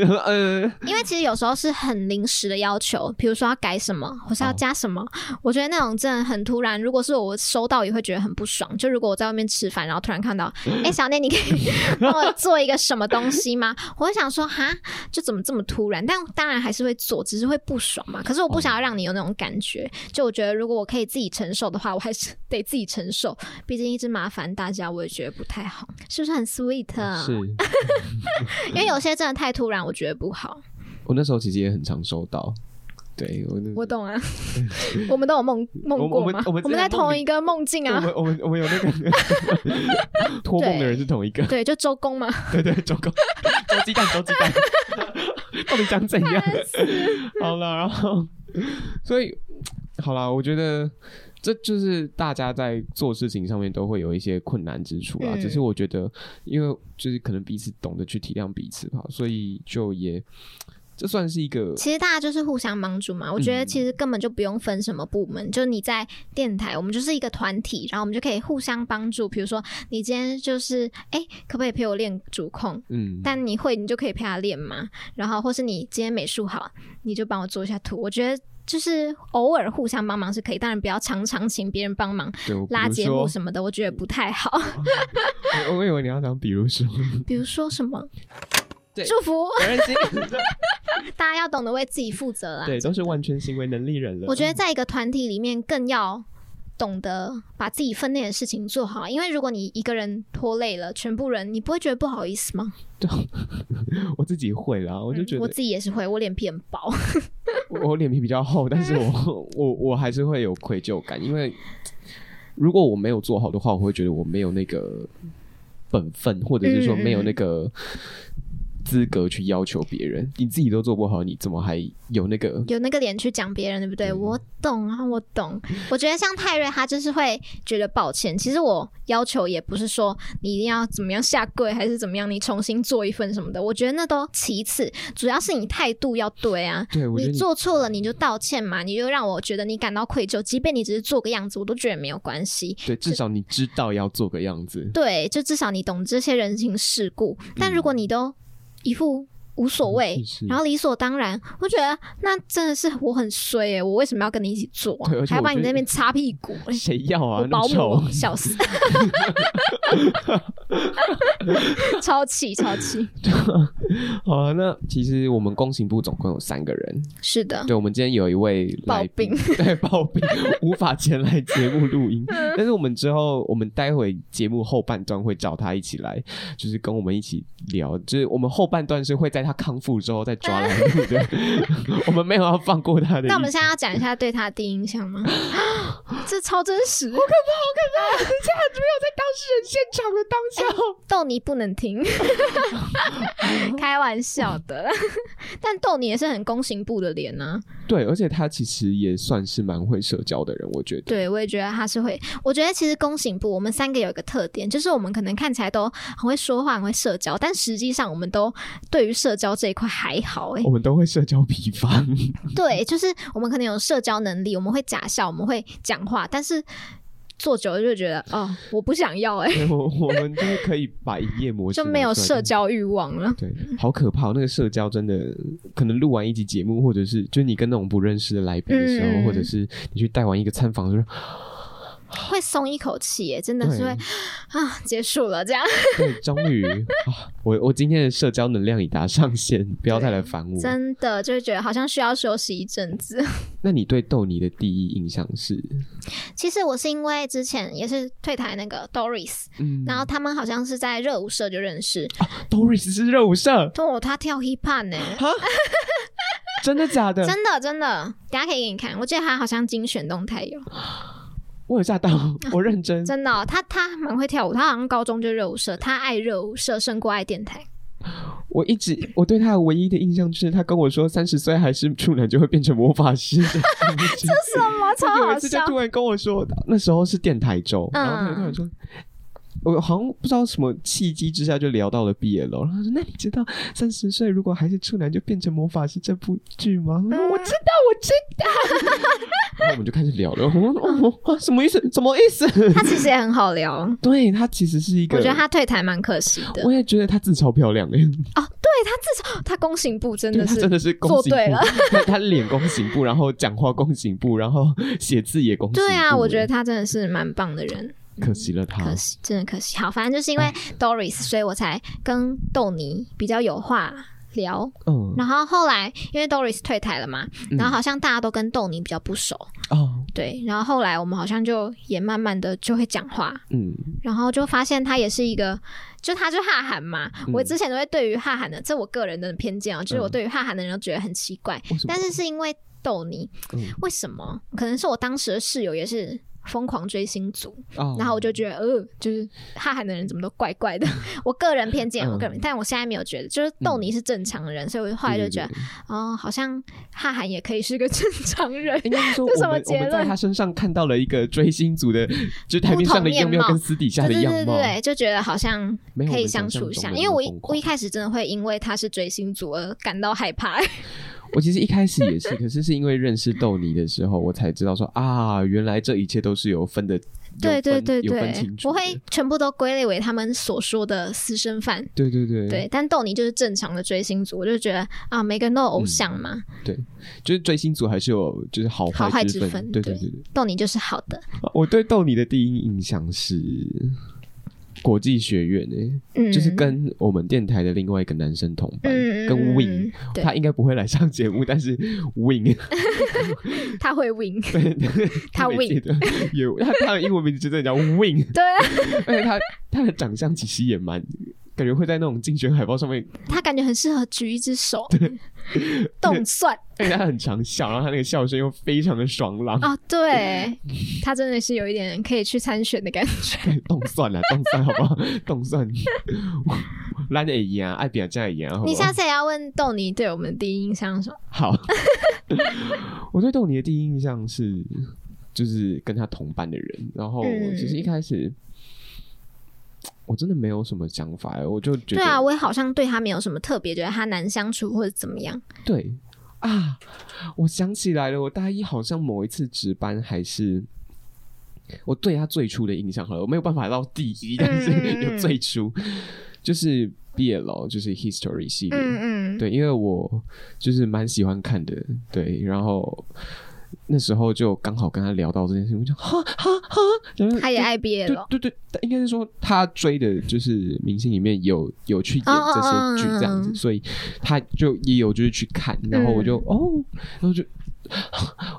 Speaker 1: 的？呃，
Speaker 2: 因为其实有时候是很临时的要求，比如说要改什么，或是要
Speaker 1: 哦
Speaker 2: 加什么，我觉得那种真的很突然。如果是我收到，也会觉得很不爽。就如果我在外面吃饭，然后突然
Speaker 1: (laughs)
Speaker 2: 看到，哎、小内，你可以 (laughs) 帮我做一个什么东西吗？我会想说，哈，就怎么这么突然？但当然还是会做，只是会不爽嘛。可是
Speaker 1: 哦
Speaker 2: 我不想要让你有那种感觉。就我觉得，如果我可以自己承受的话，我还是 (laughs) 得自己承受。毕竟一直麻烦大家，我也觉得不太好，是不是很 sweet？、啊、
Speaker 1: 是
Speaker 2: 因为有些真的太突然，我觉得不好。
Speaker 1: 我那时候其实也很常收到，对我那
Speaker 2: 我
Speaker 1: (laughs)
Speaker 2: 懂啊，我们都有梦梦过嘛，
Speaker 1: 嗯我们我们我们
Speaker 2: 在
Speaker 1: 在梦
Speaker 2: 同
Speaker 1: 里
Speaker 2: 一个梦境
Speaker 1: 我
Speaker 2: 啊，
Speaker 1: 们我们我们有那个托梦的人是同一个，
Speaker 2: (laughs) 对，就周
Speaker 1: (laughs)
Speaker 2: 公嘛，
Speaker 1: 对对，周公，周鸡蛋，周鸡蛋， (laughs) 到底想怎样？好了，然后，所以好了，我觉得这就是大家在做事情上面都会有一些困难之处啦。啊
Speaker 2: 嗯
Speaker 1: 只是我觉得，因为就是可能彼此懂得去体谅彼此吧，所以就也这算是一个
Speaker 2: 其实大家就是互相帮助嘛。我觉得
Speaker 1: 嗯
Speaker 2: 其实根本就不用分什么部门，就你在电台，我们就是一个团体，然后我们就可以互相帮助。比如说你今天就是，哎、可不可以陪我练主控？
Speaker 1: 嗯，
Speaker 2: 但你会，你就可以陪他练嘛。然后，或是你今天美术好，你就帮我做一下图。我觉得就是偶尔互相帮忙是可以，当然不要常常请别人帮忙
Speaker 1: 对，我比
Speaker 2: 拉
Speaker 1: 如
Speaker 2: 节
Speaker 1: 说
Speaker 2: 目什么的，我觉得不太好。 (laughs)
Speaker 1: 我我以为你要讲，比如说，
Speaker 2: 比如说什么？
Speaker 1: 对
Speaker 2: 祝福
Speaker 1: 责任心，
Speaker 2: 大家要懂得为自己负责
Speaker 1: (laughs)
Speaker 2: 啦。
Speaker 1: 对，都是万全行为能力人了。
Speaker 2: 我觉得在一个团体里面，更要懂得把自己分内的事情做好，因为如果你一个人拖累了全部人，你不会觉得不好意思吗？
Speaker 1: 我自己会啦，我就
Speaker 2: 嗯
Speaker 1: 觉得、
Speaker 2: 我自己也是会，我脸皮很
Speaker 1: (laughs)
Speaker 2: 薄。
Speaker 1: 我我脸皮比较厚，但是
Speaker 2: (laughs)
Speaker 1: 我我我还是会有愧疚感，因为如果我没有做好的话，我会觉得我没有那个本分，或者是说没有
Speaker 2: 嗯
Speaker 1: 那个资格去要求别人。你自己都做不好，你怎么还有那个？
Speaker 2: 有那个脸去讲别人，对不对？
Speaker 1: 对
Speaker 2: 我懂啊，我懂。我觉得像泰瑞，他就是会觉得抱歉。其实我要求也不是说你一定要怎么样下跪，还是怎么样，你重新做一份什么的。我觉得那都其次，主要是你态度要对啊。
Speaker 1: 对，我觉
Speaker 2: 你
Speaker 1: 得你
Speaker 2: 做错了，你就道歉嘛，你就让我觉得你感到愧疚，即便你只是做个样子，我都觉得没有关系。
Speaker 1: 对，至少你知道要做个样子。
Speaker 2: 对，就至少你懂这些人情世故。但如果你都一副无所谓，
Speaker 1: 嗯是是
Speaker 2: 然后理所当然，我觉得那真的是我很衰诶、我为什么要跟你一起做、啊
Speaker 1: 对而？且
Speaker 2: 还要
Speaker 1: 我
Speaker 2: 把你
Speaker 1: 觉得
Speaker 2: 在那边擦屁股，
Speaker 1: (laughs)
Speaker 2: 欸
Speaker 1: 谁要啊？
Speaker 2: 我
Speaker 1: 那
Speaker 2: 保
Speaker 1: 么
Speaker 2: 姆
Speaker 1: 丑 (laughs)
Speaker 2: 哦，笑死， (laughs) 超气超气，
Speaker 1: 好啊，那其实我们工行部总共有三个人，
Speaker 2: 是的，
Speaker 1: (laughs) 对，我们今天有一
Speaker 2: (laughs)
Speaker 1: 位来宾， (laughs) 对，暴病无法前来节目录音，(laughs)
Speaker 2: 嗯
Speaker 1: 但是我们之后，我们待会节目后半段会找他一起来，就是跟我们一起聊，就是我们后半段是会在他康复之后再抓来录的， (laughs) 我们没有要放过他的意思。
Speaker 2: 那我们现在要讲一下对他的第一印
Speaker 1: (laughs)
Speaker 2: 象吗？这超真实，
Speaker 1: 当事人现场的当下，
Speaker 2: 逗你哎不
Speaker 1: (laughs)
Speaker 2: 能听，开玩笑的。 (laughs) 但逗你也是很弓形部的脸啊。
Speaker 1: 对，而且他其实也算是蛮会社交的人，我觉得。
Speaker 2: 对，我也觉得他是会。我觉得其实弓形部我们三个有一个特点，就是我们可能看起来都很会说话、很会社交，但实际上我们都对于社交这一块还好、欸。
Speaker 1: 我们都会社交疲乏，
Speaker 2: 对，就是我们可能有社交能力，我们会假笑，我们会讲话，但是做久了就会觉得哦，我不想要、欸，哎，
Speaker 1: 对 (laughs) 我我们就是可以把一夜魔
Speaker 2: 就
Speaker 1: 性
Speaker 2: 没有
Speaker 1: 拿出来
Speaker 2: 社
Speaker 1: 跟
Speaker 2: 交欲望了。
Speaker 1: 对，好可怕哦！那个社交真的，可能录完一集节目，或者是就是你跟那种不认识的来宾的时候，
Speaker 2: 嗯
Speaker 1: 或者是你去带完一个参访，就是
Speaker 2: 会松一口气，欸耶，真的是会
Speaker 1: 对
Speaker 2: 啊，结束了这样，
Speaker 1: 对，终于哎啊，我 (laughs) 我今天的社交能量已达上限，不要再来烦我。
Speaker 2: (laughs) 真的就会觉得好像需要休息一阵子。 (laughs)
Speaker 1: 那你对豆泥的第一印象是？
Speaker 2: 其实我是因为之前也是退台那个 Doris，
Speaker 1: 嗯，
Speaker 2: 然后他们好像是在热舞社就认识，
Speaker 1: Doris 是热舞社，
Speaker 2: 哦，他跳 hip hop 呢、
Speaker 1: 真的假的？
Speaker 2: 真的真的，等一下可以给你看，我记得他好像精选动态有，
Speaker 1: 我有吓到，
Speaker 2: (laughs)
Speaker 1: 我认真。
Speaker 2: 真的哦、他他蛮会跳舞，他好像高中就热舞社，他爱热舞社胜过爱电台，
Speaker 1: 我一直我对他的唯一的印象就是他跟我说，三十岁还是处男就会变成魔法师。这
Speaker 2: 什么 (laughs) 超
Speaker 1: 有
Speaker 2: 好
Speaker 1: 一次就
Speaker 2: 笑，
Speaker 1: 突然跟我说，那时候是电台周，
Speaker 2: 嗯
Speaker 1: 然后他就突然说。我好像不知道什么契机之下就聊到了 BL，然后他说：“那你知道三十岁如果还是处男就变成魔法师这部剧吗？”我
Speaker 2: 嗯
Speaker 1: 说：“我知道，我知道。”然后我们就开始聊了。我说：“哦，啊什么意思？什么意思
Speaker 2: 他其实也很好聊，？”
Speaker 1: 对他其实是一个，
Speaker 2: 我觉得他退台蛮可惜的，
Speaker 1: 我也觉得他自嘲漂亮哎、
Speaker 2: 他弓形部真
Speaker 1: 对
Speaker 2: 的
Speaker 1: 他
Speaker 2: 是
Speaker 1: 真的是弓形
Speaker 2: 做对
Speaker 1: 部
Speaker 2: 了，
Speaker 1: 他 (laughs) 他脸弓形部，然后讲话弓形部，然后写字也弓形部。
Speaker 2: 对啊，我觉得
Speaker 1: 得
Speaker 2: 他真的是蛮棒的人，
Speaker 1: 可惜了他，
Speaker 2: 可惜，真的可惜。好，反正就是因为 Doris，所以我才跟豆泥比较有话聊。
Speaker 1: 嗯，
Speaker 2: 然后后来因为 Doris 退台了嘛，
Speaker 1: 嗯
Speaker 2: 然后好像大家都跟豆泥比较不熟，
Speaker 1: 哦，
Speaker 2: 对。然后后来我们好像就也慢慢的就会讲话，
Speaker 1: 嗯，
Speaker 2: 然后就发现他也是一个，就他就哈韩嘛。
Speaker 1: 嗯
Speaker 2: 我之前都会对于哈韩的，这我个人的偏见啊，就是我
Speaker 1: 嗯
Speaker 2: 对于哈韩的人都觉得很奇怪，
Speaker 1: 为什么
Speaker 2: 但是是因为豆泥，
Speaker 1: 嗯
Speaker 2: 为什么？可能是我当时的室友也是疯狂追星族，
Speaker 1: 哦
Speaker 2: 然后我就觉得，呃，就是哈韩的人怎么都怪
Speaker 1: (laughs)
Speaker 2: 怪的。我个人偏见，
Speaker 1: 嗯
Speaker 2: 我个人，但我现在没有觉得，就是豆泥是正常人，所以我后来就觉得，
Speaker 1: 对对
Speaker 2: 哦，好像哈韩也可以是个 (laughs) 正常人
Speaker 1: 对。应该是说
Speaker 2: (laughs) 这什
Speaker 1: 我
Speaker 2: 么
Speaker 1: 们我
Speaker 2: 结
Speaker 1: 们在
Speaker 2: 论
Speaker 1: 他身上看到了一个追星族的，就是台面上的样
Speaker 2: 不同面
Speaker 1: 貌
Speaker 2: 貌
Speaker 1: 跟私底下的
Speaker 2: 对对
Speaker 1: 样
Speaker 2: 对对
Speaker 1: 貌，
Speaker 2: 对，就觉得好像
Speaker 1: 没有
Speaker 2: 可
Speaker 1: 我
Speaker 2: 以
Speaker 1: 们
Speaker 2: 相处一
Speaker 1: 想
Speaker 2: 下，
Speaker 1: 象中的
Speaker 2: 因为我
Speaker 1: 那
Speaker 2: 一
Speaker 1: 么疯
Speaker 2: 我
Speaker 1: 狂
Speaker 2: 一开始真的会因为他是追星族而感到害 (laughs) 怕，
Speaker 1: 我其实一开始也是，可是是因为认识豆泥的时候，我才知道说啊，原来这一切都是有分的，
Speaker 2: 对
Speaker 1: 有
Speaker 2: 对
Speaker 1: 分
Speaker 2: 对
Speaker 1: 有分
Speaker 2: 对
Speaker 1: 清，楚
Speaker 2: 我
Speaker 1: 的，
Speaker 2: 会全部都归类为他们所说的私生饭，
Speaker 1: 对对对
Speaker 2: 对，但豆泥就是正常的追星族，我就觉得啊，每个人都有偶
Speaker 1: 嗯
Speaker 2: 像嘛，
Speaker 1: 就是追星族还是有就是好
Speaker 2: 好坏
Speaker 1: 之
Speaker 2: 之分
Speaker 1: 对
Speaker 2: 对
Speaker 1: 对对。
Speaker 2: 豆泥就是好的。
Speaker 1: 我对豆泥的第一印象是，国际学院欸诶、
Speaker 2: 嗯，
Speaker 1: 就是跟我们电台的另外一个男生同班，
Speaker 2: 嗯嗯
Speaker 1: 跟
Speaker 2: 嗯
Speaker 1: Win，
Speaker 2: 对
Speaker 1: 他应该不会来上节目，但是 Win (laughs)
Speaker 2: 他会 win，
Speaker 1: 对，
Speaker 2: 他 Win
Speaker 1: 的有他他的英文名字真的叫 Win， (laughs)
Speaker 2: 对啊，
Speaker 1: 而且他他的长相其实也蛮。感觉会在那种竞选海报上面，
Speaker 2: 他感觉很适合举一只手，
Speaker 1: (laughs)
Speaker 2: 动算
Speaker 1: 而且他很常笑，然后他那个笑声又非常的爽朗，
Speaker 2: 啊、对，他真的是有一点可以去参选的感觉。
Speaker 1: 动算了，动算好不好？动算， (laughs) 咱会赢，爱表这样赢，好不好
Speaker 2: 你下次也要问豆泥对我们的第一印象是什么？
Speaker 1: 好。 (laughs) 我对豆泥的第一印象是，就是跟他同班的人，然后
Speaker 2: 嗯
Speaker 1: 其实一开始。我真的没有什么想法，我就觉得
Speaker 2: 对啊，我也好像对他没有什么特别，觉得他难相处或者怎么样。
Speaker 1: 对啊，我想起来了，我大一好像某一次值班还是。我对他最初的印象好了，我没有办法到第一，但是
Speaker 2: 嗯嗯嗯
Speaker 1: 有最初，就是毕业了，就是 history 系列，
Speaker 2: 嗯嗯，
Speaker 1: 对，因为我就是蛮喜欢看的，对，然后那时候就刚好跟他聊到这件事情，我就哈哈哈，然后
Speaker 2: 他也爱毕业
Speaker 1: 对
Speaker 2: 了。
Speaker 1: 对对，但应该是说他追的就是明星里面有有去演
Speaker 2: 哦
Speaker 1: 这
Speaker 2: 哦嗯
Speaker 1: 些剧这样
Speaker 2: 嗯嗯
Speaker 1: 子，
Speaker 2: 嗯
Speaker 1: 所以他就也有就是去看，然后我就、哦，然后就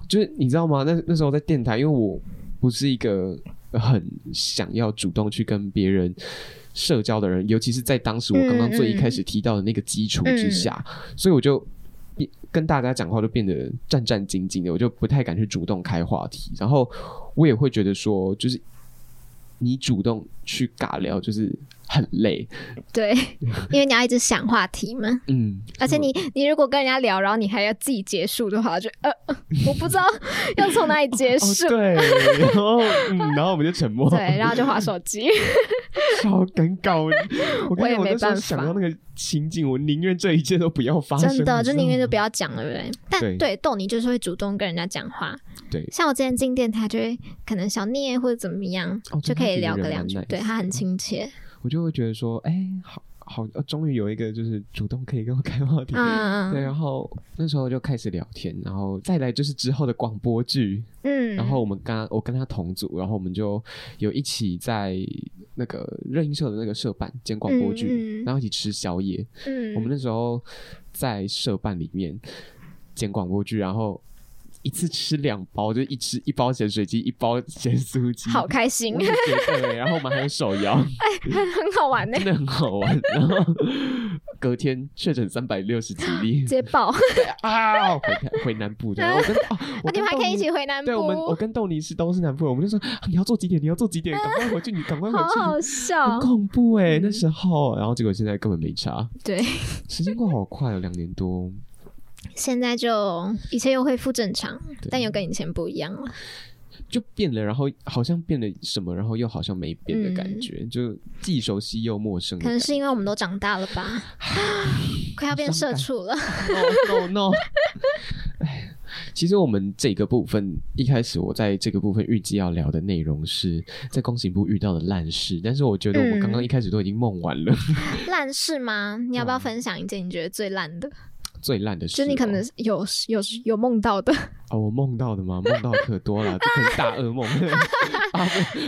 Speaker 1: 就是你知道吗？那那时候在电台，因为我不是一个很想要主动去跟别人。社交的人，尤其是在当时我刚刚最一开始提到的那个基础之下，所以我就一跟大家讲话就变得战战兢兢的，我就不太敢去主动开话题。然后我也会觉得说，就是你主动去尬聊，就是很累。
Speaker 2: 对，
Speaker 1: (laughs)
Speaker 2: 因为你要一直想话题嘛，
Speaker 1: 嗯，
Speaker 2: 而且你你如果跟人家聊，然后你还要自己结束的话，就呃，
Speaker 1: (laughs)
Speaker 2: 我不知道要从哪里结
Speaker 1: 哦
Speaker 2: 束。 (laughs)
Speaker 1: 对，然后嗯，然后我们就沉默，
Speaker 2: 对，然后就划手
Speaker 1: (laughs)
Speaker 2: 机。
Speaker 1: 超尴尬。
Speaker 2: (laughs)
Speaker 1: 我我跟
Speaker 2: 我
Speaker 1: 你讲我那
Speaker 2: 也没
Speaker 1: 时候
Speaker 2: 办法
Speaker 1: 想到那个情景，我宁愿这一切都不要发生，
Speaker 2: 真的，就宁愿
Speaker 1: 就
Speaker 2: 就不要讲了，对不对？
Speaker 1: 对
Speaker 2: 但对豆泥就是会主动跟人家讲话，
Speaker 1: 对
Speaker 2: 像我之前进电台就会可能小聂或者怎么样，
Speaker 1: 哦对
Speaker 2: 就可以聊
Speaker 1: 他这
Speaker 2: 个
Speaker 1: 个人
Speaker 2: 两句
Speaker 1: 蛮，nice
Speaker 2: 对他很亲切，
Speaker 1: 我就会觉得说，哎、好好，呃终于有一个就是主动可以跟我开话题。
Speaker 2: 嗯
Speaker 1: 对，
Speaker 2: 嗯
Speaker 1: 然后那时候就开始聊天，然后再来就是之后的广播剧，
Speaker 2: 嗯，
Speaker 1: 然后我们跟他我跟他同组，然后我们就有一起在那个热映社的那个社办兼广播剧，
Speaker 2: 嗯嗯
Speaker 1: 然后一起吃宵夜。
Speaker 2: 嗯，
Speaker 1: 我们那时候在社办里面剪广播剧，然后一次吃两包，就一吃一包咸水鸡，一包咸酥鸡，
Speaker 2: 好开心
Speaker 1: 我，也觉得。然后我们还有手
Speaker 2: (laughs)
Speaker 1: 摇，
Speaker 2: 很好玩呢
Speaker 1: 真，的很好玩。然后隔天确诊三百六十几例
Speaker 2: 直，接爆，
Speaker 1: 啊，回台回南部的，我跟哦，
Speaker 2: (laughs)
Speaker 1: 我
Speaker 2: 嗯你
Speaker 1: 跟
Speaker 2: 们
Speaker 1: 豆
Speaker 2: 还可以
Speaker 1: 泥
Speaker 2: 一起回南部，
Speaker 1: 对我们，我跟豆泥是都是南部人，我们就说、啊你要做几点？你要做几点？赶快回去，你赶快回
Speaker 2: (laughs) 好
Speaker 1: 去。
Speaker 2: 好笑
Speaker 1: 很，恐怖哎、那时候，然后结果现在根本没差，
Speaker 2: 对，
Speaker 1: 时间过好快哦，两年多。
Speaker 2: 现在就一切又恢复正常，
Speaker 1: 对嗯
Speaker 2: 但又跟以前不一样了，
Speaker 1: 就变了，然后好像变了什么，然后又好像没变的感觉，
Speaker 2: 嗯
Speaker 1: 就既熟悉又陌生的
Speaker 2: 可
Speaker 1: 感
Speaker 2: 能
Speaker 1: 觉。
Speaker 2: 是因为我们都长大了吧，快要变社畜了，
Speaker 1: no no，Oh, no。哎其实我们这个部分一开始我在这个部分预计要聊的内容是在工行部遇到的烂事，但是我觉得我们
Speaker 2: 嗯
Speaker 1: 刚刚一开始都已经梦完了、 (laughs)
Speaker 2: 烂事吗？你要不
Speaker 1: 对啊
Speaker 2: 要分享一件你觉得最烂的？
Speaker 1: 最烂的事哦、
Speaker 2: 就是你可能有有有梦
Speaker 1: (laughs)
Speaker 2: 到的
Speaker 1: 哦，我梦到的吗？梦到可多了，这可能大
Speaker 2: (laughs)
Speaker 1: 噩梦。啊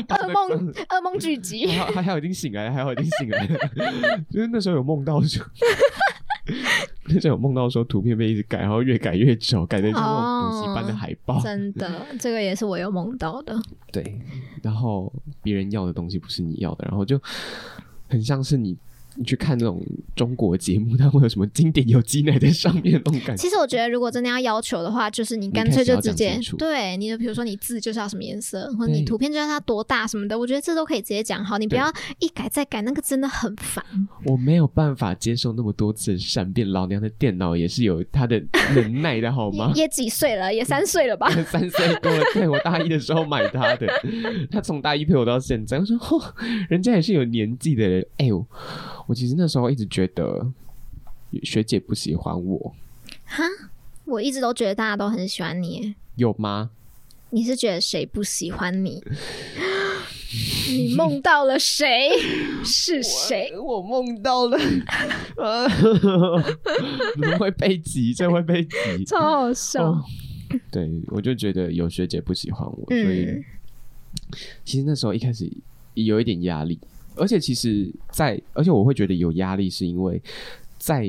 Speaker 1: 不
Speaker 2: 噩梦噩梦剧集，
Speaker 1: 还好还好已经醒来了，还好已经醒来了。 (laughs) 就是那时候有梦到
Speaker 2: (laughs)
Speaker 1: 说，那时候有梦到说图片被一直改，然后越改越丑，改成像那种补习班的海报。
Speaker 2: 哦真的，这个也是我有梦到的。
Speaker 1: 对，然后别人要的东西不是你要的，然后就很像是你。你去看那种中国节目，它会有什么经典有机奶在上面那种感
Speaker 2: (laughs)
Speaker 1: 觉，
Speaker 2: 其实我觉得，如果真的要要求的话，就是你干
Speaker 1: 你开
Speaker 2: 脆
Speaker 1: 始要
Speaker 2: 就直
Speaker 1: 讲
Speaker 2: 接
Speaker 1: 清楚
Speaker 2: 对你的，比如说你字就是要什么颜色，或者你
Speaker 1: 对
Speaker 2: 图片就是要多大什么的，我觉得这都可以直接讲好，你不
Speaker 1: 对
Speaker 2: 要一改再改，那个真的很烦。
Speaker 1: 我没有办法接受那么多次的善变。老娘的电脑也是有它的能耐的，好吗？(laughs)
Speaker 2: (laughs) 也也几岁了，
Speaker 1: 嗯
Speaker 2: 也三岁了吧？ (laughs)
Speaker 1: 三岁多了，对我大一的时候买他的， (laughs) 他从大一陪我到现在。我说，哦、人家也是有年纪的人。哎、呦，我其实那时候一直觉得学姐不喜欢我，
Speaker 2: 哈，我一直都觉得大家都很喜欢你，
Speaker 1: 有吗？
Speaker 2: 你是觉得谁不喜欢
Speaker 1: (laughs)
Speaker 2: 你？你梦到了谁？是谁？
Speaker 1: 哎我梦到了， (laughs) 啊怎么会被挤？这会被挤。
Speaker 2: 超好笑。
Speaker 1: 哦对，我就觉得有学姐不喜欢我，所以
Speaker 2: 嗯
Speaker 1: 其实那时候一开始有一点压力，而且其实在，而且我会觉得有压力，是因为在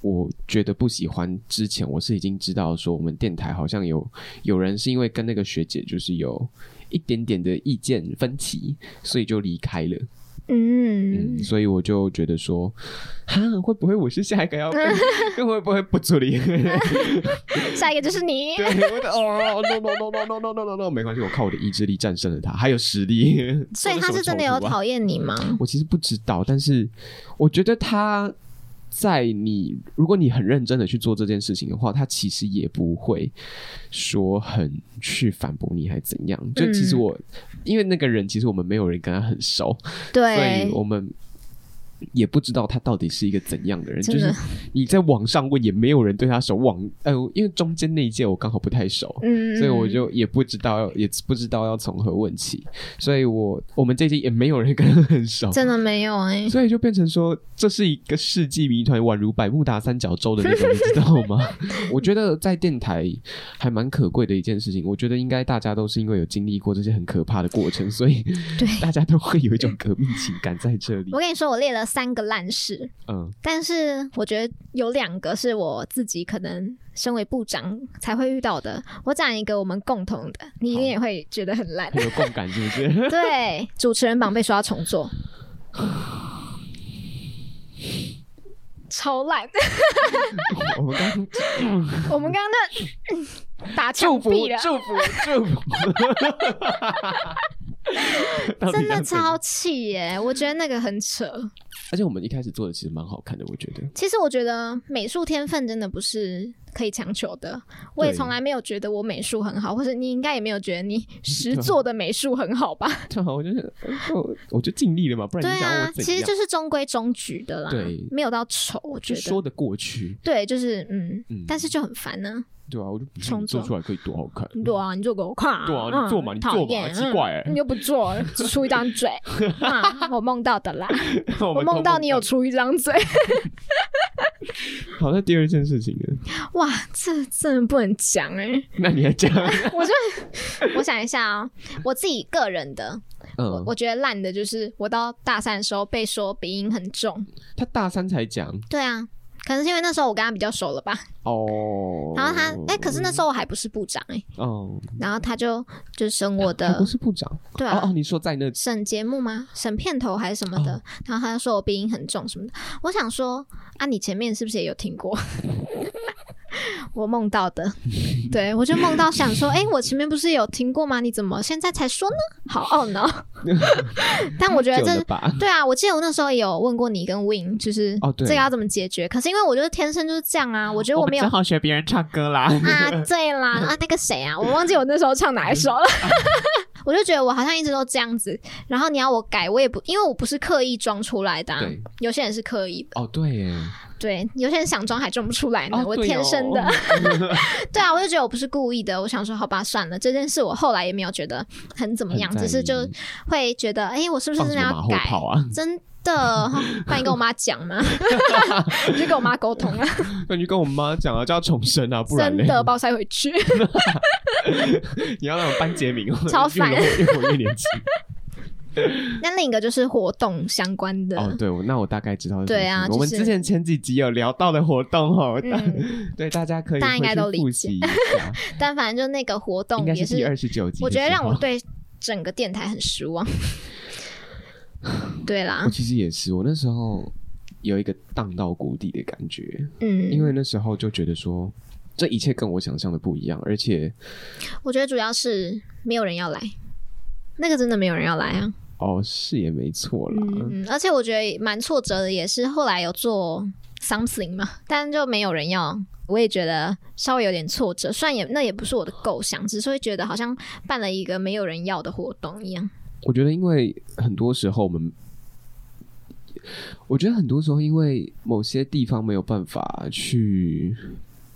Speaker 1: 我觉得不喜欢之前，我是已经知道说我们电台好像有有人是因为跟那个学姐就是有一点点的意见分歧，所以就离开了。
Speaker 2: 嗯
Speaker 1: 嗯，，所以我就觉得说，哈，会不会我是下一个要被，会不会不处理？ (laughs)
Speaker 2: 下一个就是你。
Speaker 1: 对，啊我的哦，no no no no no no no no no，没关系，我靠我的意志力战胜了他，还有实力。 (laughs)
Speaker 2: 所以他是真的
Speaker 1: 啊
Speaker 2: 有讨厌你吗？
Speaker 1: 我其实不知道，但是我觉得他在你如果你很认真的去做这件事情的话，他其实也不会说很去反驳你，还怎样。就其实
Speaker 2: 嗯
Speaker 1: 我、因为那个人，其实我们没有人跟他很熟，所以
Speaker 2: 对，
Speaker 1: 我们。也不知道他到底是一个怎样的人，
Speaker 2: 真
Speaker 1: 就
Speaker 2: 的
Speaker 1: 是你在网上问，也没有人对他熟。网呃，因为中间那一届我刚好不太熟，
Speaker 2: 嗯，
Speaker 1: 所以我就也不知道，也不知道要从何问起，所以我我们这期也没有人跟他很熟，
Speaker 2: 真的没有哎、
Speaker 1: 所以就变成说这是一个世纪谜团，宛如百慕达三角洲的那
Speaker 2: (laughs)
Speaker 1: 种，你知道吗？我觉得在电台还蛮可贵的一件事情，我觉得应该大家都是因为有经历过这些很可怕的过程，所以
Speaker 2: 对
Speaker 1: 大家都会有一种革命情感在这里
Speaker 2: 我。跟你说，我列了三个烂事，
Speaker 1: 嗯，
Speaker 2: 但是我觉得有两个是我自己可能身为部长才会遇到的。我讲一个我们共同的，你一定
Speaker 1: 好
Speaker 2: 也会觉得很 (laughs) 烂。
Speaker 1: 很有共感是不是？
Speaker 2: (laughs) 对，主持人榜被说要重做，超烂。 (laughs)
Speaker 1: 我们刚
Speaker 2: 我们刚刚那打啊枪
Speaker 1: 祝福
Speaker 2: 毙了，
Speaker 1: 祝福祝福，
Speaker 2: (laughs)
Speaker 1: 到底
Speaker 2: 真的
Speaker 1: 想怎样
Speaker 2: 超气耶、我觉得那个很扯。
Speaker 1: 而且我们一开始做的其实蛮好看的，我觉得。
Speaker 2: 其实我觉得美术天分真的不是可以强求的，我也
Speaker 1: 对
Speaker 2: 从来没有觉得我美术很好，或者你应该也没有觉得
Speaker 1: (laughs)
Speaker 2: 你实做的美术很好吧？ (laughs)
Speaker 1: 对啊，我就是我我就尽力了嘛，不
Speaker 2: 对
Speaker 1: 然你想
Speaker 2: 啊
Speaker 1: 我，怎
Speaker 2: 其实
Speaker 1: 样？
Speaker 2: 就是中规中矩的啦
Speaker 1: 对，
Speaker 2: 没有到丑，我
Speaker 1: 就
Speaker 2: 觉得
Speaker 1: 说。得过去，
Speaker 2: 对，就是嗯，
Speaker 1: 嗯，
Speaker 2: 但是就很烦呢、
Speaker 1: 对啊，我就不信
Speaker 2: 冲
Speaker 1: 你做
Speaker 2: 撞
Speaker 1: 出来可以多好看，
Speaker 2: 你对啊，你做给我看、啊。
Speaker 1: 嗯对啊你做嘛
Speaker 2: 嗯
Speaker 1: 你做嘛
Speaker 2: 讨厌
Speaker 1: 奇怪欸
Speaker 2: 嗯你又不做， (laughs) 只出一张嘴、啊。我梦到的啦，
Speaker 1: (laughs) 我
Speaker 2: 我
Speaker 1: 们
Speaker 2: 梦
Speaker 1: 都
Speaker 2: 到你有出一张嘴。
Speaker 1: 好，那第二件事情呢？
Speaker 2: 哇，这真的不能讲哎、
Speaker 1: 那你还
Speaker 2: (laughs)
Speaker 1: 讲？
Speaker 2: 我就我想一下啊、我自己个人的，
Speaker 1: 嗯，
Speaker 2: 我觉得烂的就是我到大三的时候被说鼻音很重。
Speaker 1: 他大三才讲
Speaker 2: 对啊，可能是因为那时候我跟他比较熟了吧。
Speaker 1: 哦。
Speaker 2: 然后他哎、可是那时候我还不是部长哎、
Speaker 1: 哦，
Speaker 2: 然后他就就审我
Speaker 1: 他哦不
Speaker 2: 的
Speaker 1: 是部长
Speaker 2: 对啊
Speaker 1: 哦哦，你哦说在那
Speaker 2: 审节目吗？审片头还是什么的？然后他就说我鼻音很重什么的。我想说啊，你前面是不是也有听过？ (laughs) 我梦到的，对我就梦到想说，哎、我前面不是有听过吗？你怎么现在才说呢？好懊
Speaker 1: (laughs)
Speaker 2: 恼。但我觉得
Speaker 1: 久了
Speaker 2: 这
Speaker 1: 吧？ (laughs)
Speaker 2: 对啊，我记得我那时候也有问过你跟 Win，就是
Speaker 1: 哦
Speaker 2: 这
Speaker 1: 对哦
Speaker 2: 个要怎么解决？可是因为我就是天生就是这样啊，我觉得我没有
Speaker 1: 好学别人唱歌啦。
Speaker 2: 啊，对啦，啊，那个谁啊，我忘记我那时候唱哪
Speaker 1: (laughs)
Speaker 2: 一首了。我就觉得我好像一直都这样子，然后你要我改，我也不，因为我不是刻意装出来的、啊
Speaker 1: 对。
Speaker 2: 有些人是刻意的，
Speaker 1: (laughs) 哦，对耶，
Speaker 2: 对，有些人想装还装不出来呢，
Speaker 1: 哦
Speaker 2: 哎我
Speaker 1: 对哦
Speaker 2: 天生 (laughs) 的。对啊，我就觉得我不是故意的。我想说，好吧，算了，这件事我后来也没有觉得很怎么样，
Speaker 1: 很在
Speaker 2: 只
Speaker 1: 意
Speaker 2: 是就会觉得，哎、我是不是
Speaker 1: 放
Speaker 2: 真
Speaker 1: 什么
Speaker 2: 的要
Speaker 1: 马后
Speaker 2: 改？
Speaker 1: 炮啊？
Speaker 2: 真的， (laughs) 不然你跟我妈讲
Speaker 1: (laughs)
Speaker 2: 嘛，你就跟我妈沟通啊，
Speaker 1: 那你就跟我妈讲啊，叫她重生 (laughs) 啊，不然嘞，
Speaker 2: 真的把我塞回去。
Speaker 1: (laughs) 你要让班杰明 (laughs)
Speaker 2: 超烦
Speaker 1: 越活越活越年
Speaker 2: (laughs)
Speaker 1: 轻。
Speaker 2: 那另一个就是活动相关的，
Speaker 1: 哦，对，我那我大概知道是什么
Speaker 2: 对啊
Speaker 1: 事我们
Speaker 2: 就是
Speaker 1: 之前前几集有聊到的活动哦，
Speaker 2: 嗯，
Speaker 1: (laughs) 对，大家可以
Speaker 2: 大家应该
Speaker 1: 回去
Speaker 2: 都理
Speaker 1: 复
Speaker 2: 解
Speaker 1: 习一
Speaker 2: (laughs)
Speaker 1: 下，
Speaker 2: 但反正就那个活
Speaker 1: 应
Speaker 2: 动
Speaker 1: 该
Speaker 2: 也
Speaker 1: 是第二十九集的时候。
Speaker 2: 我觉得让我对整个电台很失
Speaker 1: (laughs)
Speaker 2: 望。对
Speaker 1: 哦
Speaker 2: 啦
Speaker 1: 我，其实也是，我那时候有一个荡到谷底的感觉，
Speaker 2: 嗯，
Speaker 1: 因为那时候就觉得说。这一切跟我想象的不一样，而且
Speaker 2: 我觉得主要是没有人要来，那个真的没有人要来啊。
Speaker 1: 哦是也没错啦，
Speaker 2: 嗯，而且我觉得蛮挫折的，也是后来有做 something 嘛，但就没有人要。我也觉得稍微有点挫折，虽然也那也不是我的构想，只是会觉得好像办了一个没有人要的活动一样。
Speaker 1: 我觉得，因为很多时候我们，我觉得很多时候因为某些地方没有办法去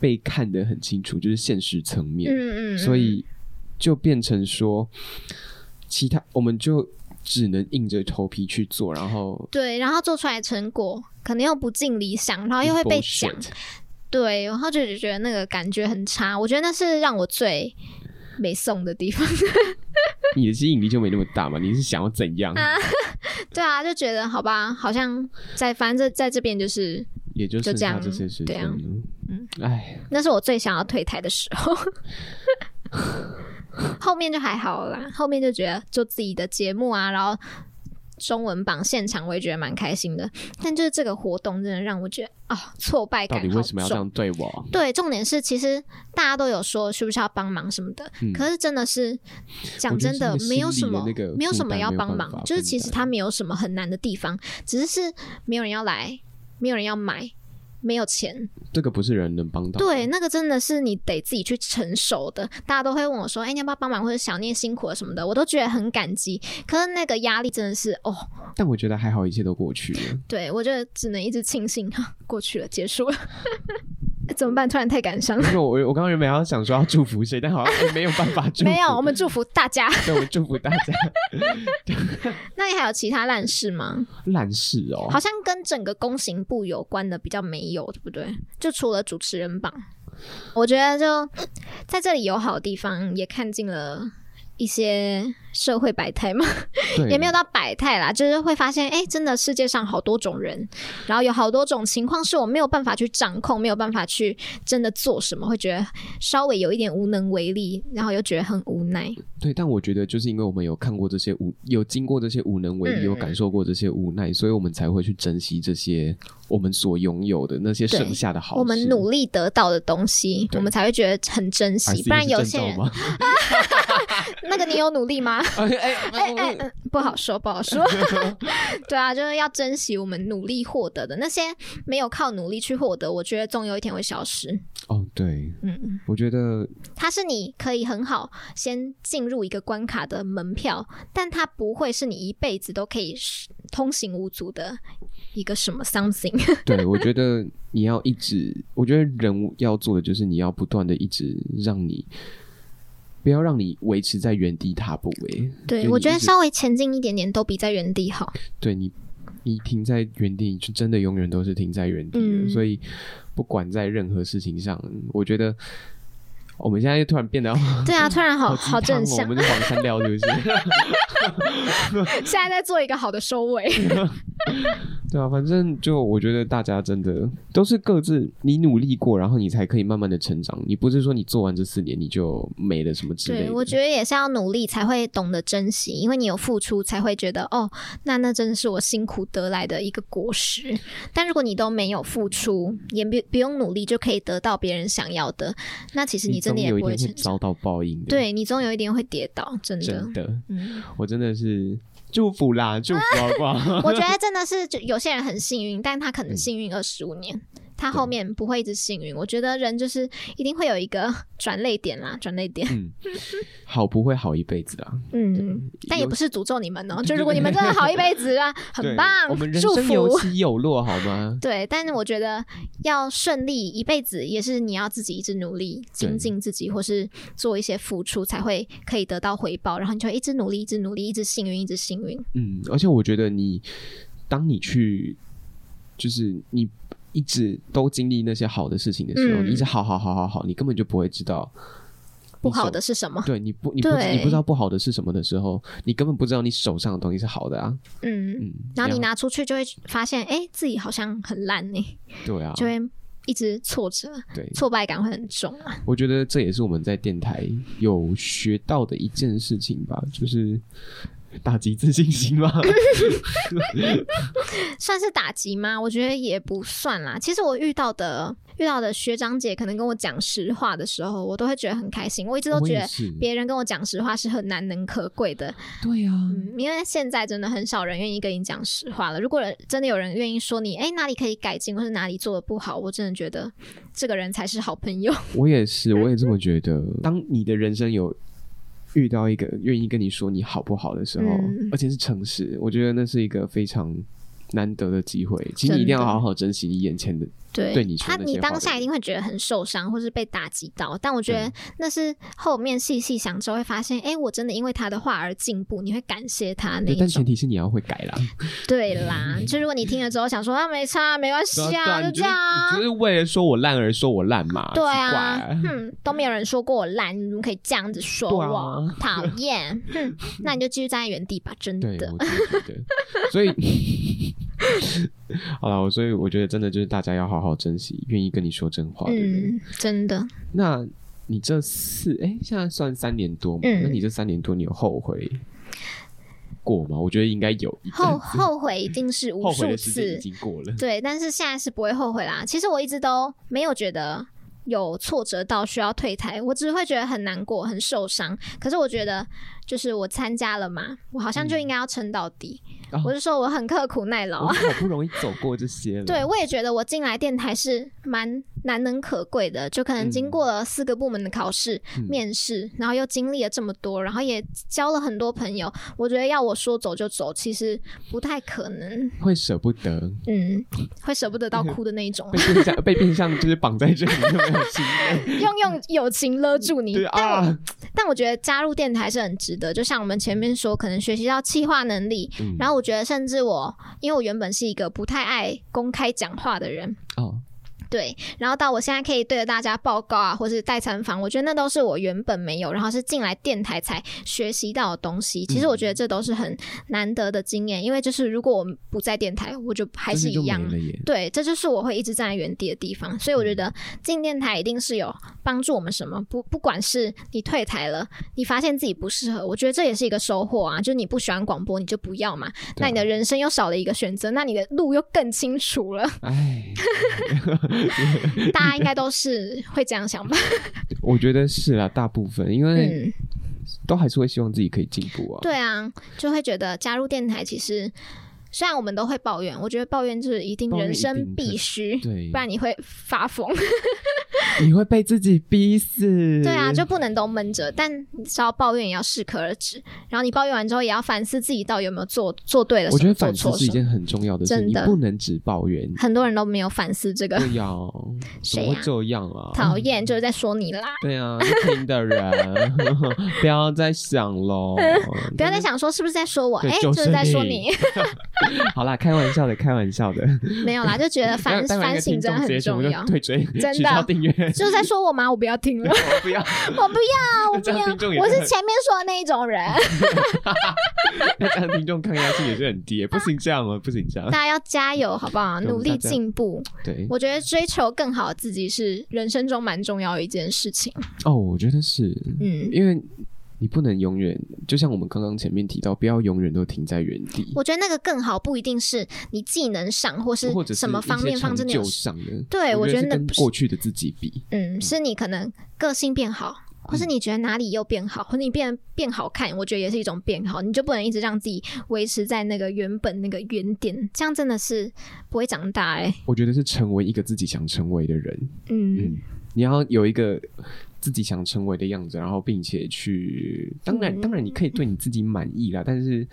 Speaker 1: 被看得很清楚，就是现实层面，
Speaker 2: 嗯嗯，嗯
Speaker 1: 所以就变成说，其他我们就只能硬着头皮去做，然后
Speaker 2: 对，然后做出来的成果可能又不尽理想，然后又会被讲，
Speaker 1: bullshit (laughs)
Speaker 2: 对，然后就觉得那个感觉很差。我觉得那是让我最没送的地方。 (laughs)
Speaker 1: 你的吸引力就没那么大嘛？你是想要怎样？
Speaker 2: 对啊，就觉得好吧，好像在反正在这边就是
Speaker 1: 也就
Speaker 2: 就
Speaker 1: 剩
Speaker 2: 这
Speaker 1: 下
Speaker 2: 样
Speaker 1: 这些时
Speaker 2: 对
Speaker 1: 间
Speaker 2: 啊
Speaker 1: 了。
Speaker 2: 嗯，
Speaker 1: 哎，
Speaker 2: 那是我最想要退台的时候。 (laughs) 后面就还好啦，后面就觉得做自己的节目啊，然后中文榜现场我也觉得蛮开心的。但就是这个活动真的让我觉得啊、挫败
Speaker 1: 到
Speaker 2: 感
Speaker 1: 底
Speaker 2: 好
Speaker 1: 为什么要这
Speaker 2: 重
Speaker 1: 样对我？
Speaker 2: 对，重点是其实大家都有说需不需要帮忙什么的，
Speaker 1: 嗯
Speaker 2: 可是真的是讲
Speaker 1: 我觉得
Speaker 2: 真的
Speaker 1: 是那个
Speaker 2: 没有什
Speaker 1: 心理的
Speaker 2: 么
Speaker 1: 那个
Speaker 2: 没有
Speaker 1: 负
Speaker 2: 什么
Speaker 1: 担
Speaker 2: 要
Speaker 1: 没有
Speaker 2: 帮
Speaker 1: 办
Speaker 2: 忙
Speaker 1: 法，
Speaker 2: 就是
Speaker 1: 分
Speaker 2: 其实
Speaker 1: 担
Speaker 2: 它没有什么很难的地方，只是是没有人要来，没有人要买。没有钱，
Speaker 1: 这个不是人能帮到。
Speaker 2: 对，，那个真的是你得自己去承受的。大家都会问我说：“哎，你要不要帮忙？”或者想念辛苦了什么的，我都觉得很感激。可是那个压力真的是，哦，
Speaker 1: 但我觉得还好，一切都过去了。 (laughs)
Speaker 2: 对我觉得只能一直庆幸，哈，过去了，结束了。 (laughs) 怎么办？突然太感伤了。
Speaker 1: 因为我我刚刚原本要想说要祝福谁，但好像哎没有办法祝福。
Speaker 2: 没有，我们祝福大家。 (laughs)
Speaker 1: 对，我们祝福大家。 (laughs)
Speaker 2: 那你还有其他烂事吗？
Speaker 1: 烂事哦，
Speaker 2: 好像跟整个公行部有关的比较没有，对不对？就除了主持人榜，我觉得就在这里有好地方，也看尽了。一些社会百态嘛，
Speaker 1: 对，
Speaker 2: 也没有到百态啦，就是会发现，哎、真的世界上好多种人，然后有好多种情况是我没有办法去掌控，没有办法去真的做什么，会觉得稍微有一点无能为力，然后又觉得很无奈。
Speaker 1: 对，但我觉得就是因为我们有看过这些无，有经过这些无能为力，
Speaker 2: 嗯
Speaker 1: 有感受过这些无奈，所以我们才会去珍惜这些我们所拥有的那些
Speaker 2: 对
Speaker 1: 剩下的好事。
Speaker 2: 我们努力得到的东西，
Speaker 1: 对
Speaker 2: 我们才会觉得很珍
Speaker 1: 啊，
Speaker 2: 惜。
Speaker 1: 是
Speaker 2: 不然
Speaker 1: 是
Speaker 2: 有
Speaker 1: 正
Speaker 2: 些
Speaker 1: 道
Speaker 2: 人，
Speaker 1: 吗
Speaker 2: (laughs)
Speaker 1: (laughs)
Speaker 2: 那个你有努力吗？
Speaker 1: 哎哎
Speaker 2: 哎哎，
Speaker 1: 哎，
Speaker 2: 嗯不好说，不
Speaker 1: (laughs)
Speaker 2: 好说。对啊，就是要珍惜我们努力获得的那些没有靠努力去获得，我觉得总有一天会消失。
Speaker 1: 哦，对，
Speaker 2: 嗯，
Speaker 1: 我觉得
Speaker 2: 它是你可以很好先进入一个关卡的门票，但它不会是你一辈子都可以通行无阻的一个什么 something。
Speaker 1: 对，我觉得你要一直，我觉得人要做的就是你要不断的一直让你，不要让你维持在原地踏步、欸。
Speaker 2: (laughs) 对
Speaker 1: 就
Speaker 2: 我
Speaker 1: 你
Speaker 2: 觉得
Speaker 1: 一直
Speaker 2: 稍微前进一点点都比在原地好。
Speaker 1: 对你，你停在原地，就真的永远都是停在原地的。
Speaker 2: 嗯
Speaker 1: 所以，不管在任何事情上，我觉得我们现在又突然变得好
Speaker 2: 对啊，突然好
Speaker 1: 鸡
Speaker 2: 好
Speaker 1: 汤
Speaker 2: 正
Speaker 1: 哦
Speaker 2: 向
Speaker 1: 我。们是黄山料是不是？
Speaker 2: (laughs) 现在在做一个好的收尾。
Speaker 1: (laughs) 对啊，反正就我觉得大家真的都是各自你努力过，然后你才可以慢慢的成长。你不是说你做完这四年你就没了什么之类
Speaker 2: 对，
Speaker 1: 的。
Speaker 2: 我觉得也是要努力才会懂得珍惜，因为你有付出才会觉得哦，那那真的是我辛苦得来的一个果实。但如果你都没有付出，也不不用努力就可以得到别人想要的，那其实
Speaker 1: 你
Speaker 2: 真的
Speaker 1: 总
Speaker 2: 也
Speaker 1: 有一
Speaker 2: 不
Speaker 1: 天
Speaker 2: 会
Speaker 1: 会
Speaker 2: 成
Speaker 1: 遭
Speaker 2: 长。
Speaker 1: 到报应的。，
Speaker 2: 对你总有一天会跌倒，真的。
Speaker 1: 真的，
Speaker 2: 嗯，
Speaker 1: 我真的是祝福啦，祝福好不好？ (laughs)
Speaker 2: 我觉得真的是就有些人很幸运，但他可
Speaker 1: 嗯
Speaker 2: 能幸运二十五年，他后面不会一直幸运。我觉得人就是一定会有一个转泪点啦，转
Speaker 1: (laughs)
Speaker 2: 泪点。
Speaker 1: 嗯，好不会好一辈子啊啦。
Speaker 2: 嗯，但也
Speaker 1: 有
Speaker 2: 不是诅咒你们哦、
Speaker 1: 对
Speaker 2: 就
Speaker 1: 对
Speaker 2: 如果你们真的好一辈子
Speaker 1: (laughs)
Speaker 2: 啊，
Speaker 1: 对
Speaker 2: 很棒
Speaker 1: 我们，人
Speaker 2: 祝
Speaker 1: 生有
Speaker 2: 福。
Speaker 1: 起有落，好吗？
Speaker 2: 对，但是我觉得要顺利一辈子，也是你要自己一直努力，精进自己，或是做一些付出，才会可以得到回报。然后你就一直努力，一直努力，一直幸运，一直幸运。
Speaker 1: 嗯，而且我觉得你，当你去，就是你一直都经历那些好的事情的时候，
Speaker 2: 嗯
Speaker 1: 你一直好好好好好，你根本就不会知道
Speaker 2: 不好的
Speaker 1: 你手。
Speaker 2: 是什么？
Speaker 1: 对，你不，你不知，
Speaker 2: 对
Speaker 1: 你不知道不好的是什么的时候，你根本不知道你手上的东西是好的啊。
Speaker 2: 嗯，
Speaker 1: 嗯，
Speaker 2: 然后你
Speaker 1: 要
Speaker 2: 拿出去就会发现，哎、自己好像很烂呢、
Speaker 1: 对啊，
Speaker 2: 就会一直挫折，
Speaker 1: 对，
Speaker 2: 挫败感会很重啊。
Speaker 1: 我觉得这也是我们在电台有学到的一件事情吧，就是打击自信心吧。
Speaker 2: 算是打击吗？我觉得也不算啦。其实我遇到的遇到的学长姐，可能跟我讲实话的时候，我都会觉得很开心。我一 (laughs) 直都
Speaker 1: 我
Speaker 2: 觉
Speaker 1: 也
Speaker 2: 得
Speaker 1: 是
Speaker 2: 别人跟我讲实话是很难能可贵的，
Speaker 1: 对啊，
Speaker 2: 嗯，因为现在真的很少人愿意跟你讲实话了。如果人真的有人愿意说你，哎、哪里可以改进，或是哪里做的不好，我真的觉得这个人才是好朋友。
Speaker 1: 我也是，我也这么觉得。当你的人生有遇到一个愿意跟你说你好不好的时候，
Speaker 2: 嗯
Speaker 1: 而且是诚实，我觉得那是一个非常难得的机会，其实
Speaker 2: 真
Speaker 1: 你一定要
Speaker 2: 的
Speaker 1: 好好珍惜你眼前的。
Speaker 2: 对，
Speaker 1: 对你说
Speaker 2: 他
Speaker 1: 那
Speaker 2: 你
Speaker 1: 些话
Speaker 2: 当
Speaker 1: 的
Speaker 2: 下
Speaker 1: 人
Speaker 2: 一定会觉得很受伤，或是被打击到。但我觉得那是后面细细想之后会发现，哎、我真的因为他的话而进步，你会感谢他那
Speaker 1: 对，
Speaker 2: 一
Speaker 1: 但前
Speaker 2: 种。
Speaker 1: 提是你要会改啦。
Speaker 2: 对啦，就如果你听了之后想说啊，没差，没关系
Speaker 1: 对啊，对啊你
Speaker 2: 就这
Speaker 1: 就是
Speaker 2: 样啊
Speaker 1: 你就，是为了说我烂而说我烂嘛？
Speaker 2: 对
Speaker 1: 奇怪
Speaker 2: 啊，嗯，都没有人说过我烂，你怎么可以这样子说
Speaker 1: 对啊
Speaker 2: 我？
Speaker 1: (laughs)
Speaker 2: 讨厌，哼，那你就继续站在原地吧，真
Speaker 1: 对， (laughs)
Speaker 2: 的
Speaker 1: 我。真的觉得，所以好了，我所以我觉得真的就是大家要好好珍惜愿意跟你说真话的人。
Speaker 2: 嗯，
Speaker 1: (laughs)
Speaker 2: 真的，
Speaker 1: 那你这四哎、现在算三年多嘛？
Speaker 2: 嗯
Speaker 1: 那你这三年多，你有后悔过吗？我觉得应该有一阵
Speaker 2: 后后悔一定是无
Speaker 1: 后悔
Speaker 2: 数
Speaker 1: 的时间已
Speaker 2: 次，
Speaker 1: 经过了。
Speaker 2: 对，但是现在是不会后悔啦。其实我一直都没有觉得有挫折到需要退台，我只是会觉得很难过、很受伤。可是我觉得，就是我参加了嘛，我好像就
Speaker 1: 嗯
Speaker 2: 应该要撑到底。
Speaker 1: 哦
Speaker 2: 我是说我很刻苦耐劳
Speaker 1: 我
Speaker 2: 啊。
Speaker 1: 好不容易走过这些了，
Speaker 2: (laughs) 对，我也觉得我进来电台是蛮难能可贵的，就可能经
Speaker 1: 嗯
Speaker 2: 过了四个部门的考试、
Speaker 1: 嗯
Speaker 2: 面试，然后又经历了这么多，然后也交了很多朋友。我觉得要我说走就走，其实不太可能，
Speaker 1: 会舍不得
Speaker 2: 嗯，会舍不得到哭的那一种。啊
Speaker 1: 被变相被变相就是绑在这里，就没有心了。
Speaker 2: 用用友情勒住 (laughs) 你。
Speaker 1: 对
Speaker 2: 但我、
Speaker 1: 啊，
Speaker 2: 但我觉得加入电台是很值得，就像我们前面说，可能学习到企划能力。
Speaker 1: 嗯
Speaker 2: 然后我觉得，甚至我，因为我原本是一个不太爱公开讲话的人，
Speaker 1: 哦，
Speaker 2: 对，然后到我现在可以对着大家报告啊，或是带参访，我觉得那都是我原本没有，然后是进来电台才学习到的东
Speaker 1: 嗯
Speaker 2: 西。其实我觉得这都是很难得的经验，因为就是如果我们不在电台，我就还
Speaker 1: 这
Speaker 2: 是
Speaker 1: 些就
Speaker 2: 一
Speaker 1: 没
Speaker 2: 样啊
Speaker 1: 了耶。
Speaker 2: 对，这就是我会一直站在原地的地方，所以
Speaker 1: 嗯
Speaker 2: 我觉得进电台一定是有帮助我们什么，不不管是你退台了，你发现自己不适合，我觉得这也是一个收获啊，就是你不喜欢广播你就不要嘛，
Speaker 1: 啊
Speaker 2: 那你的人生又少了一个选择，那你的路又更清楚
Speaker 1: (laughs)
Speaker 2: 了，
Speaker 1: 哎，
Speaker 2: 大家应该都是会这样想吧？
Speaker 1: 我觉得是啦，大部分因为
Speaker 2: 嗯，
Speaker 1: 都还是会希望自己可以进步啊。
Speaker 2: 对啊，就会觉得加入电台其实。虽然我们都会抱怨，我觉得抱怨就是一定
Speaker 1: 抱怨
Speaker 2: 人
Speaker 1: 一
Speaker 2: 生
Speaker 1: 定
Speaker 2: 必
Speaker 1: 的
Speaker 2: 须，
Speaker 1: 对，
Speaker 2: 不然你会发疯。
Speaker 1: 你会被自己逼死。
Speaker 2: 对啊，就不能都闷着，但你知道抱怨也要适可而止。然后你抱怨完之后，也要反思自己到底有没有做做对了
Speaker 1: 我
Speaker 2: 什
Speaker 1: 觉
Speaker 2: 么，
Speaker 1: 得
Speaker 2: 做
Speaker 1: 反思
Speaker 2: 错
Speaker 1: 是一
Speaker 2: 什么。
Speaker 1: 件很重要的事，
Speaker 2: 真
Speaker 1: 你
Speaker 2: 的
Speaker 1: 不能只抱
Speaker 2: (laughs)
Speaker 1: 怨。
Speaker 2: 很多人都没有反思这个，
Speaker 1: 对呀，怎
Speaker 2: 谁
Speaker 1: 么会
Speaker 2: 呀
Speaker 1: 这样啊？
Speaker 2: (laughs) 讨厌就是在说你啦。
Speaker 1: 对啊，不听的
Speaker 2: (laughs)
Speaker 1: 人不要再想喽，
Speaker 2: 不要再想说是不是在说我，
Speaker 1: 对
Speaker 2: 哎、
Speaker 1: 就是
Speaker 2: 是在说
Speaker 1: 你
Speaker 2: 你，
Speaker 1: (laughs) 好啦，开玩笑的，开玩笑的。
Speaker 2: 没有啦，就觉得 (laughs) 反
Speaker 1: 待会一
Speaker 2: 反
Speaker 1: 个
Speaker 2: 省
Speaker 1: 听
Speaker 2: 真
Speaker 1: 众直
Speaker 2: 的很
Speaker 1: 接全
Speaker 2: 重
Speaker 1: 部就
Speaker 2: 要，
Speaker 1: 退追，
Speaker 2: 真
Speaker 1: 取消
Speaker 2: 的
Speaker 1: 订阅，
Speaker 2: (laughs) 就是在说我吗？我不要听了，
Speaker 1: (laughs) 我不要。
Speaker 2: 我不要，我不
Speaker 1: 这样听众也
Speaker 2: 要，我是
Speaker 1: 很
Speaker 2: 前面说的那一
Speaker 1: (laughs)
Speaker 2: 种人，
Speaker 1: 那这样听众抗压性也是很低耶，不行这样啊，不行这样
Speaker 2: 大。家要加油，好不好？
Speaker 1: (laughs) 对我
Speaker 2: 努
Speaker 1: 们
Speaker 2: 力
Speaker 1: 大家嗯
Speaker 2: 进步，
Speaker 1: 对，
Speaker 2: 我觉得追求更好的自己是人生中蛮重要的一件事情。
Speaker 1: 哦，我觉得是，
Speaker 2: 嗯，
Speaker 1: 因为你不能永远，就像我们刚刚前面提到，不要永远都停在原地，
Speaker 2: 我觉得那个更好，不一定是你技能上或
Speaker 1: 或者
Speaker 2: 什么方面上真的有
Speaker 1: 旧，上的。
Speaker 2: 对
Speaker 1: 我
Speaker 2: 我觉得
Speaker 1: 是
Speaker 2: 那
Speaker 1: 跟
Speaker 2: 不是
Speaker 1: 过去的自己比，
Speaker 2: 嗯，是你可能个性变好，或
Speaker 1: 嗯
Speaker 2: 是你觉得哪里又变好，或者你变变好看，我觉得也是一种变好。你就不能一直让自己维持在那个原本那个原点，这样真的是不会长大哎、
Speaker 1: 我觉得是成为一个自己想成为的人。
Speaker 2: 嗯
Speaker 1: 嗯，你要有一个自己想成为的样子，然后并且去，当然，
Speaker 2: 嗯
Speaker 1: 当然你可以对你自己满意啦，但是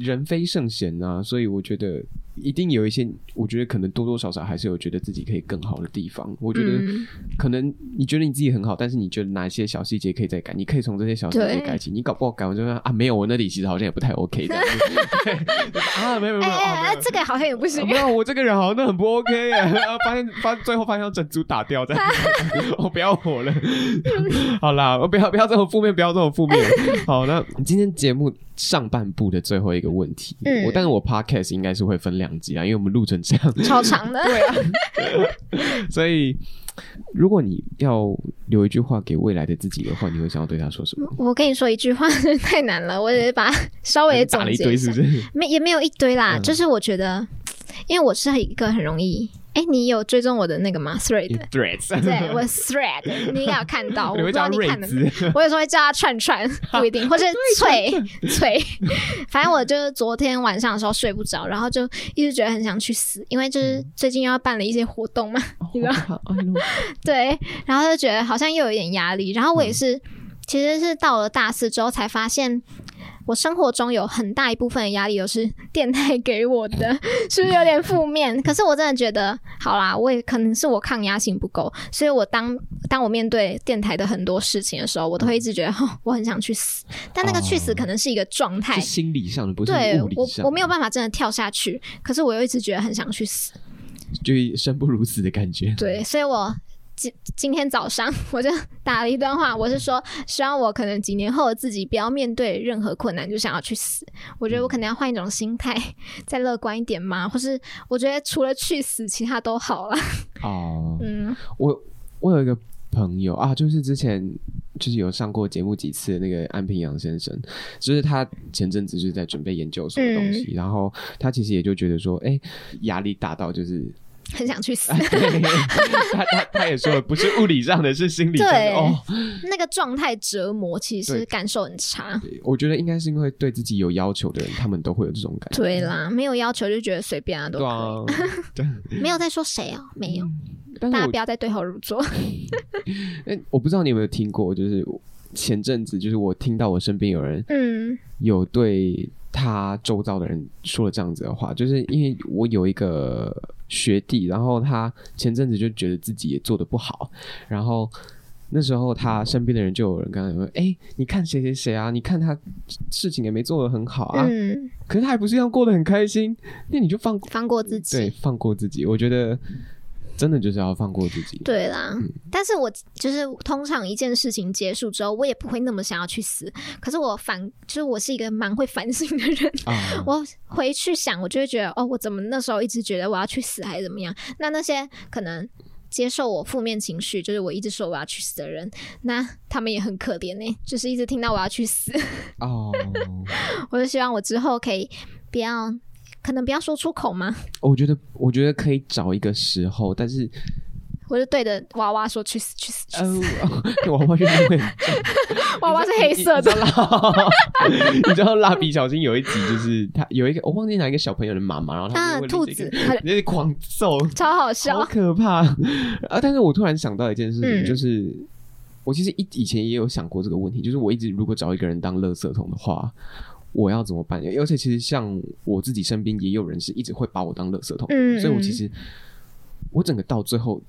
Speaker 1: 人非圣贤啊，所以我觉得一定有一些，我觉得可能多多少少还是有觉得自己可以更好的地方。我觉得
Speaker 2: 嗯，
Speaker 1: 可能你觉得你自己很好，但是你觉得哪些小细节可以再改，你可以从这些小细节
Speaker 2: 对
Speaker 1: 改起。你搞不好改完之后啊，没有，我那里其实好像也不太 OK 这样子 (laughs) 啊，没有没有没
Speaker 2: 哎
Speaker 1: 有啊，没
Speaker 2: 哎
Speaker 1: 有
Speaker 2: 哎，这个好像也不行
Speaker 1: 啊、。没有，我这个人好像那很不 OK 耶，啊发现发最后发现要整组打掉这样，我不要活了。 (laughs) 好啦，我不要不要这么负面，不要这么负面。好，那今天节目上半部的最后一个问题，
Speaker 2: 嗯
Speaker 1: 我但是我 podcast 应该是会分两集啊，因为我们录成这样，
Speaker 2: 超长的，
Speaker 1: 啊所以如果你要留一句话给未来的自己的话，你会想要对他说什么？
Speaker 2: (laughs) 我跟你说一句话 (laughs) 太难了，我只是把它稍微
Speaker 1: 打
Speaker 2: 总
Speaker 1: 了一
Speaker 2: 结
Speaker 1: 堆
Speaker 2: 一
Speaker 1: 是
Speaker 2: 下
Speaker 1: 不。
Speaker 2: (laughs)
Speaker 1: 是？
Speaker 2: 没也没有一堆啦，
Speaker 1: 嗯
Speaker 2: 就是我觉得，因为我是一个很容易，哎、你有追踪我的那个吗
Speaker 1: (laughs)
Speaker 2: ？Thread，
Speaker 1: threats，
Speaker 2: 对我 Thread，你应该有看到，
Speaker 1: (laughs)
Speaker 2: 我
Speaker 1: 你
Speaker 2: 不
Speaker 1: 会
Speaker 2: 知
Speaker 1: 叫他
Speaker 2: 道你
Speaker 1: 瑞
Speaker 2: 看的。
Speaker 1: 兹，
Speaker 2: 我有时候会叫他串
Speaker 1: (laughs)
Speaker 2: 串，不一定，或是脆脆。反正我就是昨天晚上的时候睡不着，然后就一直觉得很想去死，因为就是
Speaker 1: 嗯
Speaker 2: 最近又要办了一些活动嘛，你知道
Speaker 1: 道？哎呦
Speaker 2: (laughs) 对，然后就
Speaker 1: 嗯
Speaker 2: 觉得好像又有一点压力。然后我也是，其实是到了大四之后才发现，我生活中有很大一部分的压力都是 (laughs) 电台给我的，是不是有点负面？可是我真的觉得，好啦，我也可能是我抗压性不够，所以我当当我面对电台的很多事情的时候，我都会一直觉得，哦，我很想去死，但那个去死
Speaker 1: 哦
Speaker 2: 可能是一个状
Speaker 1: 是，
Speaker 2: 态
Speaker 1: 心理上的，不是
Speaker 2: 对
Speaker 1: 物理
Speaker 2: 我
Speaker 1: 上的。
Speaker 2: 我没有办法真的跳下去，可是我又一直觉得很想去死，
Speaker 1: 就是生不如死的感觉。
Speaker 2: 对，所以我今今天早上我就 (laughs) 打了一段话，我是说，希望我可能几年后的自己不要面对任何困难就想要去死。我觉得我可能要换一种心态， (laughs) 再乐观一点嘛，或是我觉得除了去死，其他都好了。 (laughs)
Speaker 1: 哦，
Speaker 2: 嗯，
Speaker 1: 我我有一个朋友啊，就是之前就是有上过节目几次的那个安平洋先生，就是他前阵子就是在准备研究什么
Speaker 2: 嗯
Speaker 1: 东西，然后他其实也就觉得说，哎、压力大到就是。，
Speaker 2: 很想去死
Speaker 1: (laughs) 他他他也说了，不是物理上的，是心理上的。
Speaker 2: 对
Speaker 1: 哦，
Speaker 2: (laughs) 那个状态折磨其实
Speaker 1: 对
Speaker 2: 感受很差。
Speaker 1: 我觉得应该是因为对自己有要求的人，他们都会有这种感觉。
Speaker 2: 对啦，没有要求就觉得随便啊都
Speaker 1: 对
Speaker 2: 可
Speaker 1: 啊，
Speaker 2: 以，没有在说谁哦，没有，
Speaker 1: 但是
Speaker 2: 大
Speaker 1: 嗯
Speaker 2: 家
Speaker 1: 我
Speaker 2: 不要再对号
Speaker 1: (laughs)
Speaker 2: 入座。
Speaker 1: 哎，我不知道你有没有听过，就是前阵子，就是我听到我身边有人
Speaker 2: 嗯
Speaker 1: 有对他周遭的人说了这样子的话，就是因为我有一个学弟，然后他前阵子就觉得自己也做的不好，然后。那时候他身边的人就有人跟他说：“哎、你看谁谁谁啊？你看他事情也没做得很好啊，
Speaker 2: 嗯，
Speaker 1: 可是他还不是一样过得很开心？那你就放过
Speaker 2: 放过自己。
Speaker 1: 对放过自己。我觉得真的就是要放过自己。
Speaker 2: 对啦，
Speaker 1: 嗯
Speaker 2: 但是我就是通常一件事情结束之后，我也不会那么想要去死。可是我反，就是我是一个蛮会反省的人。 (laughs)
Speaker 1: 啊，
Speaker 2: 我回去想，我就会觉得，哦，我怎么那时候一直觉得我要去死还是怎么样？那那些可能接受我负面情绪，就是我一直说我要去死的人，那他们也很可怜呢、就是一直听到我要去死。 (laughs)
Speaker 1: 哦，
Speaker 2: 我就希望我之后可以不要，可能不要说出口嘛，
Speaker 1: 我觉得，我觉得可以找一个时候，但是，
Speaker 2: 我就对着娃娃说去死去死去死。 (laughs)
Speaker 1: 嗯、呃， (laughs) 娃娃运动会，
Speaker 2: 娃娃是黑色的，
Speaker 1: 呃你知道你 (laughs) 你知道你知道蜡笔小新有一集就是他有一个我忘记哪一个小朋友的妈妈，然后他
Speaker 2: 啊，
Speaker 1: 就
Speaker 2: 兔
Speaker 1: 为了这
Speaker 2: 子
Speaker 1: 个，就是狂揍，
Speaker 2: 超好
Speaker 1: 好
Speaker 2: 笑。
Speaker 1: 可怕啊！但是我突然想到一件事情，
Speaker 2: 嗯
Speaker 1: 就是。我其实一以前也有想过这个问题，就是我一直如果找一个人当垃圾桶的话，我要怎么办？而且其实像我自己身边也有人是一直会把我当垃圾桶的，
Speaker 2: 嗯
Speaker 1: 所以我
Speaker 2: 嗯
Speaker 1: 其实我整个到最后，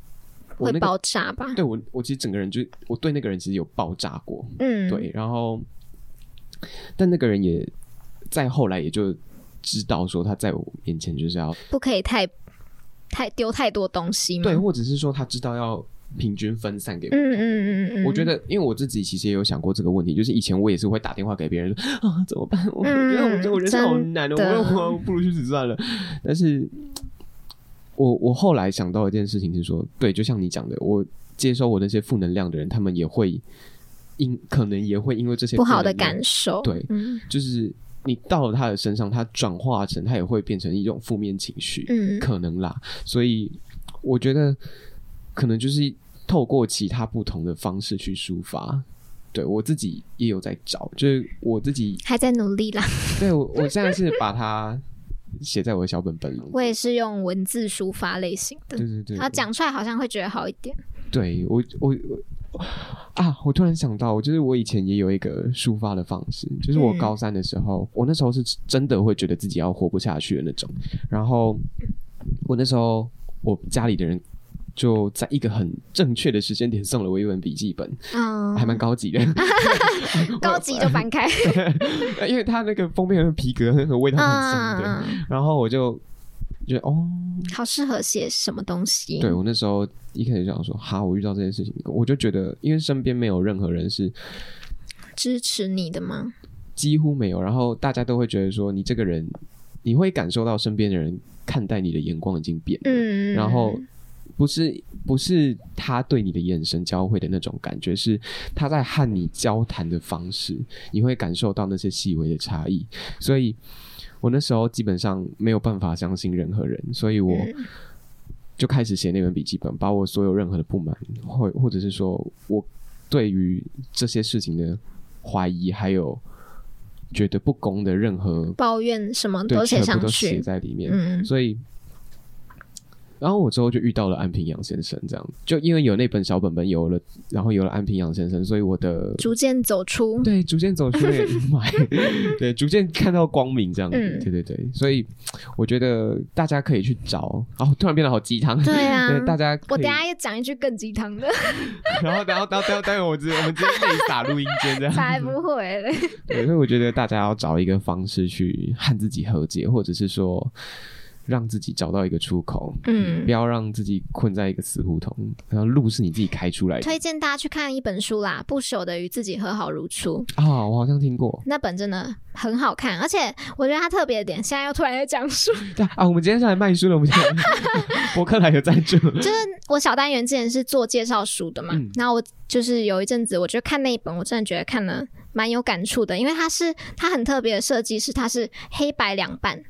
Speaker 1: 我
Speaker 2: 会
Speaker 1: 那个
Speaker 2: 爆炸吧？
Speaker 1: 对我，我其实整个人就我对那个人其实有爆炸过，
Speaker 2: 嗯，
Speaker 1: 对，然后但那个人也再后来也就知道说他在我面前就是要
Speaker 2: 不可以太太丢太多东西嘛。
Speaker 1: 对，
Speaker 2: 嗯
Speaker 1: 或者是说他知道要平均分散给我。
Speaker 2: 嗯嗯嗯嗯，
Speaker 1: 我觉得，因为我自己其实也有想过这个问题，就是以前我也是会打电话给别人说啊，怎么办？我我觉得我觉
Speaker 2: 嗯
Speaker 1: 得我人生好
Speaker 2: 真
Speaker 1: 难哦，
Speaker 2: 的
Speaker 1: 我我我不如去死算了。但是，我我后来想到一件事情是说，对，就像你讲的，我接收我那些负能量的人，他们也会因可能也会因为这些
Speaker 2: 不好的
Speaker 1: 负能量
Speaker 2: 感受。
Speaker 1: 对
Speaker 2: 嗯
Speaker 1: 就是你到了他的身上，他转化成，他也会变成一种负面情绪，
Speaker 2: 嗯
Speaker 1: 可能啦。所以我觉得可能就是透过其他不同的方式去抒发。对我自己也有在找，就是我自己，
Speaker 2: 还在努力啦。 (laughs)
Speaker 1: 对我我现在是把它写在我的小本本里。
Speaker 2: 我也是用文字抒发类型的
Speaker 1: 对，对对，
Speaker 2: 然后讲出来好像会觉得好一点。
Speaker 1: 对我我我啊！我突然想到，就是我以前也有一个抒发的方式，就是我
Speaker 2: 嗯
Speaker 1: 高三的时候，我那时候是真的会觉得自己要活不下去的那种。然后我那时候，我家里的人就在一个很正确的时间点送了我一本笔记本，
Speaker 2: 嗯，
Speaker 1: 还蛮高级
Speaker 2: (laughs)
Speaker 1: 的，
Speaker 2: 高级就
Speaker 1: (laughs)
Speaker 2: 翻开。
Speaker 1: 因为它那个封面和皮革和味道很香
Speaker 2: 嗯，
Speaker 1: 的。
Speaker 2: 嗯
Speaker 1: 然后我就觉得哦，
Speaker 2: 好适合写什么东西？
Speaker 1: 对我那时候一开始就想说，哈，我遇到这件事情，我就觉得，因为身边没有任何人是
Speaker 2: 支持你的吗？
Speaker 1: 几乎没有。然后大家都会觉得说，你这个人，你会感受到身边的人看待你的眼光已经变了，
Speaker 2: 嗯，
Speaker 1: 然后不是不是他对你的眼神交汇的那种感觉，是他在和你交谈的方式，你会感受到那些细微的差异。所以我那时候基本上没有办法相信任何人，所以我。
Speaker 2: 嗯
Speaker 1: 就开始写那本笔记本，把我所有任何的不满，或或者是说我对于这些事情的怀疑，还有觉得不公的任何
Speaker 2: 抱怨什么
Speaker 1: 对
Speaker 2: 都写
Speaker 1: 全部
Speaker 2: 上嗯
Speaker 1: 都写
Speaker 2: 去。
Speaker 1: 在里面。
Speaker 2: 嗯，
Speaker 1: 所以然后我之后就遇到了安平洋先生，这样就因为有那本小本本有了，然后有了安平洋先生，所以我的
Speaker 2: 逐渐走 (laughs) 出。
Speaker 1: 对逐渐走出
Speaker 2: (laughs)
Speaker 1: 了阴霾， (laughs) 对逐渐看到光明这样子，
Speaker 2: 嗯
Speaker 1: 对对对，所以我觉得大家可以去找，哦，突然变得好鸡汤，(laughs)
Speaker 2: 对啊
Speaker 1: 大家可
Speaker 2: 我
Speaker 1: 以
Speaker 2: 等一下要讲一句更鸡汤的，
Speaker 1: 然后，然后，然后，待会待会我直接我们直接内撒录音间这 (laughs) 样。
Speaker 2: (laughs) 才不会嘞。
Speaker 1: 对，所以我觉得大家要找一个方式去和自己和解，或者是说让自己找到一个出口，
Speaker 2: 嗯
Speaker 1: 不要让自己困在一个死胡同。然后路是你自己开出来的
Speaker 2: 推荐大家去看一本书啦，《不朽的与自己和好如初》。
Speaker 1: 啊、我好像听过。
Speaker 2: 那本真的很好看，而且我觉得它特别的点，现在又突然在讲书， (laughs)
Speaker 1: 对啊，我们今天是来卖书的，我们今天 (laughs) 博客来有赞助。
Speaker 2: (laughs) 就是我小单元之前是做介绍书的嘛，
Speaker 1: 嗯
Speaker 2: 然后我就是有一阵子，我就看那一本，我真的觉得看了蛮有感触的，因为它是它很特别的设计，是它是黑白两半，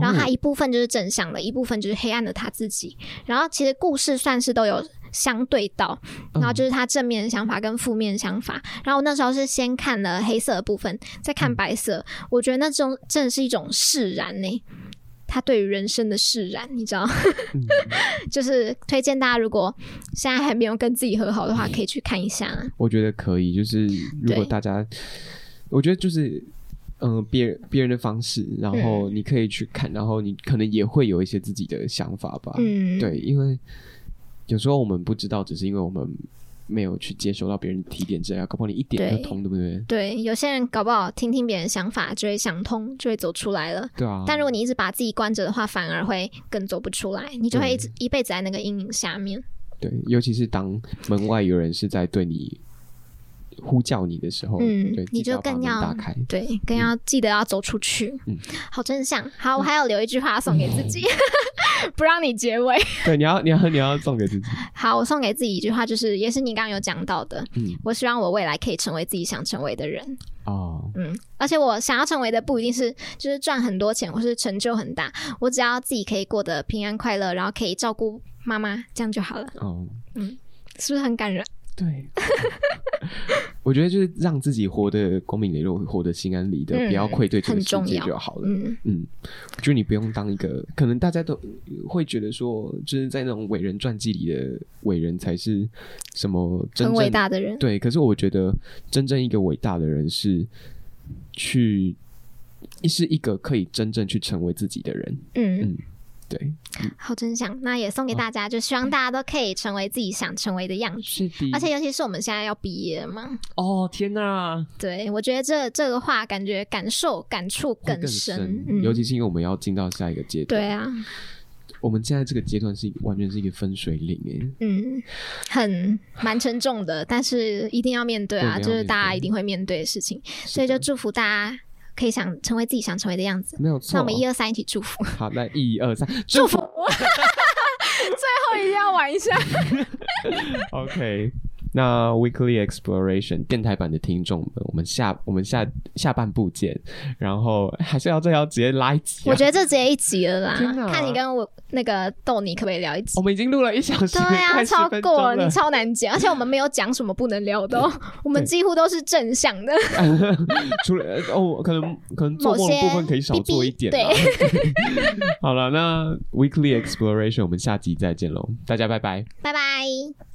Speaker 2: 然
Speaker 1: 哦
Speaker 2: 后它一部分就是正向的，一部分就是黑暗的他自己，然后其实故事算是都有。相对到，然后就是
Speaker 1: 嗯
Speaker 2: 他正面的想法跟负面的想法。然后我那时候是先看了黑色的部分，
Speaker 1: 嗯
Speaker 2: 再看白色。我觉得那种真的是一种释然呢、他对于人生的释然，你知道吗？ (laughs)
Speaker 1: 嗯
Speaker 2: 就是推荐大家，如果现在还没有跟自己和好
Speaker 1: 嗯
Speaker 2: 的话，可以去看一下。
Speaker 1: 我觉得可以，就是如果
Speaker 2: 对
Speaker 1: 大家，我觉得就是。嗯，别人别人的方式，然后
Speaker 2: 嗯
Speaker 1: 你可以去看，然后你可能也会有一些自己的想法吧。
Speaker 2: 嗯，
Speaker 1: 对，因为有时候我们不知道，只是因为我们没有去接收到别人提点之类的，啊搞不好你一点
Speaker 2: 对
Speaker 1: 就通，对不对？
Speaker 2: 对有些人搞不好听听别人想法就会想通，就会走出来了。
Speaker 1: 对啊。
Speaker 2: 但如果你一直把自己关着的话，反而会更走不出来，你就会一直一辈子在那个阴影下面。
Speaker 1: 对，尤其是当门外有人是在对你呼叫你的时候，
Speaker 2: 嗯
Speaker 1: 对，
Speaker 2: 你
Speaker 1: 记得
Speaker 2: 就
Speaker 1: 把
Speaker 2: 更
Speaker 1: 门
Speaker 2: 要
Speaker 1: 打开。
Speaker 2: 对，更要记得要走出去。
Speaker 1: 嗯
Speaker 2: 好真相。好，我还有留一句话送给自己， (laughs) 不让你结尾。
Speaker 1: 对，你要你要你要送给自己，
Speaker 2: 好，我送给自己一句话，就是也是你刚刚有讲到的，
Speaker 1: 嗯
Speaker 2: 我希望我未来可以成为自己想成为的人。
Speaker 1: (laughs) 哦，
Speaker 2: 嗯，而且我想要成为的不一定是就是赚很多钱或是成就很大，我只要自己可以过得平安快乐，然后可以照顾妈妈，这样就好了，
Speaker 1: 哦，
Speaker 2: 是不是很感人？
Speaker 1: 对， (laughs) 我觉得就是让自己活得光明磊落，活得心安理得，不要
Speaker 2: 嗯
Speaker 1: 愧对这
Speaker 2: 很
Speaker 1: 个世
Speaker 2: 重
Speaker 1: 界
Speaker 2: 要
Speaker 1: 就好了。
Speaker 2: 嗯，
Speaker 1: 嗯，就你不用当一个，可能大家都呃会觉得说，就是在那种伟人传记里的伟人才是什么真
Speaker 2: 很
Speaker 1: 正
Speaker 2: 伟大的人，
Speaker 1: 对，可是我觉得真正一个伟大的人是去是一个可以真正去成为自己的人。
Speaker 2: 嗯
Speaker 1: 嗯，对，
Speaker 2: 好真相。那也
Speaker 1: 哦
Speaker 2: 送给大家，就希
Speaker 1: 嗯
Speaker 2: 望大家都可以成为自己想成为的样子。
Speaker 1: 是的
Speaker 2: 而且尤其是我们现在要毕业了嘛，
Speaker 1: 哦，天哪，
Speaker 2: 对我觉得这这个话感觉感受感触
Speaker 1: 会更
Speaker 2: 深，
Speaker 1: 深，
Speaker 2: 嗯，
Speaker 1: 尤其是因为我们要进到下一个阶段。
Speaker 2: 对啊，
Speaker 1: 我们现在这个阶段是一个完全是一个分水岭欸诶。
Speaker 2: 嗯，很蛮沉重的，但是一定要面对啊，
Speaker 1: 对一定要
Speaker 2: 就是大家
Speaker 1: 面对
Speaker 2: 一定会面对的事情。所以
Speaker 1: 是
Speaker 2: 就
Speaker 1: 的
Speaker 2: 祝福大家可以想成为自己想成为的样子。
Speaker 1: 没有错，啊
Speaker 2: 那我们一二三一起祝 (laughs) 福，
Speaker 1: 好，来一二三，
Speaker 2: 祝福。最后一定要玩一下。
Speaker 1: OK，那 Weekly Exploration 电台版的听众们，我们下我们下下半部见。然后还是要这要直接拉一集、啊，
Speaker 2: 我觉得这直接一集了啦
Speaker 1: 天，哪哦
Speaker 2: 看你跟我那个豆泥可不可以聊一集
Speaker 1: 我。们已经录了一小时，
Speaker 2: (laughs) 对啊，
Speaker 1: (laughs) 快
Speaker 2: 超
Speaker 1: 10分钟
Speaker 2: 过了，
Speaker 1: 了
Speaker 2: 你。超难剪，而且我们没有讲什么不能聊的、
Speaker 1: (laughs)
Speaker 2: 哦，我们几乎都是正向的，
Speaker 1: 除了呃哦，可能可能做梦
Speaker 2: 某
Speaker 1: 的
Speaker 2: 些
Speaker 1: 部分可以少做一点、啊。 (laughs) 好了，那 Weekly Exploration 我们下集再见喽，大家拜拜。
Speaker 2: 拜拜。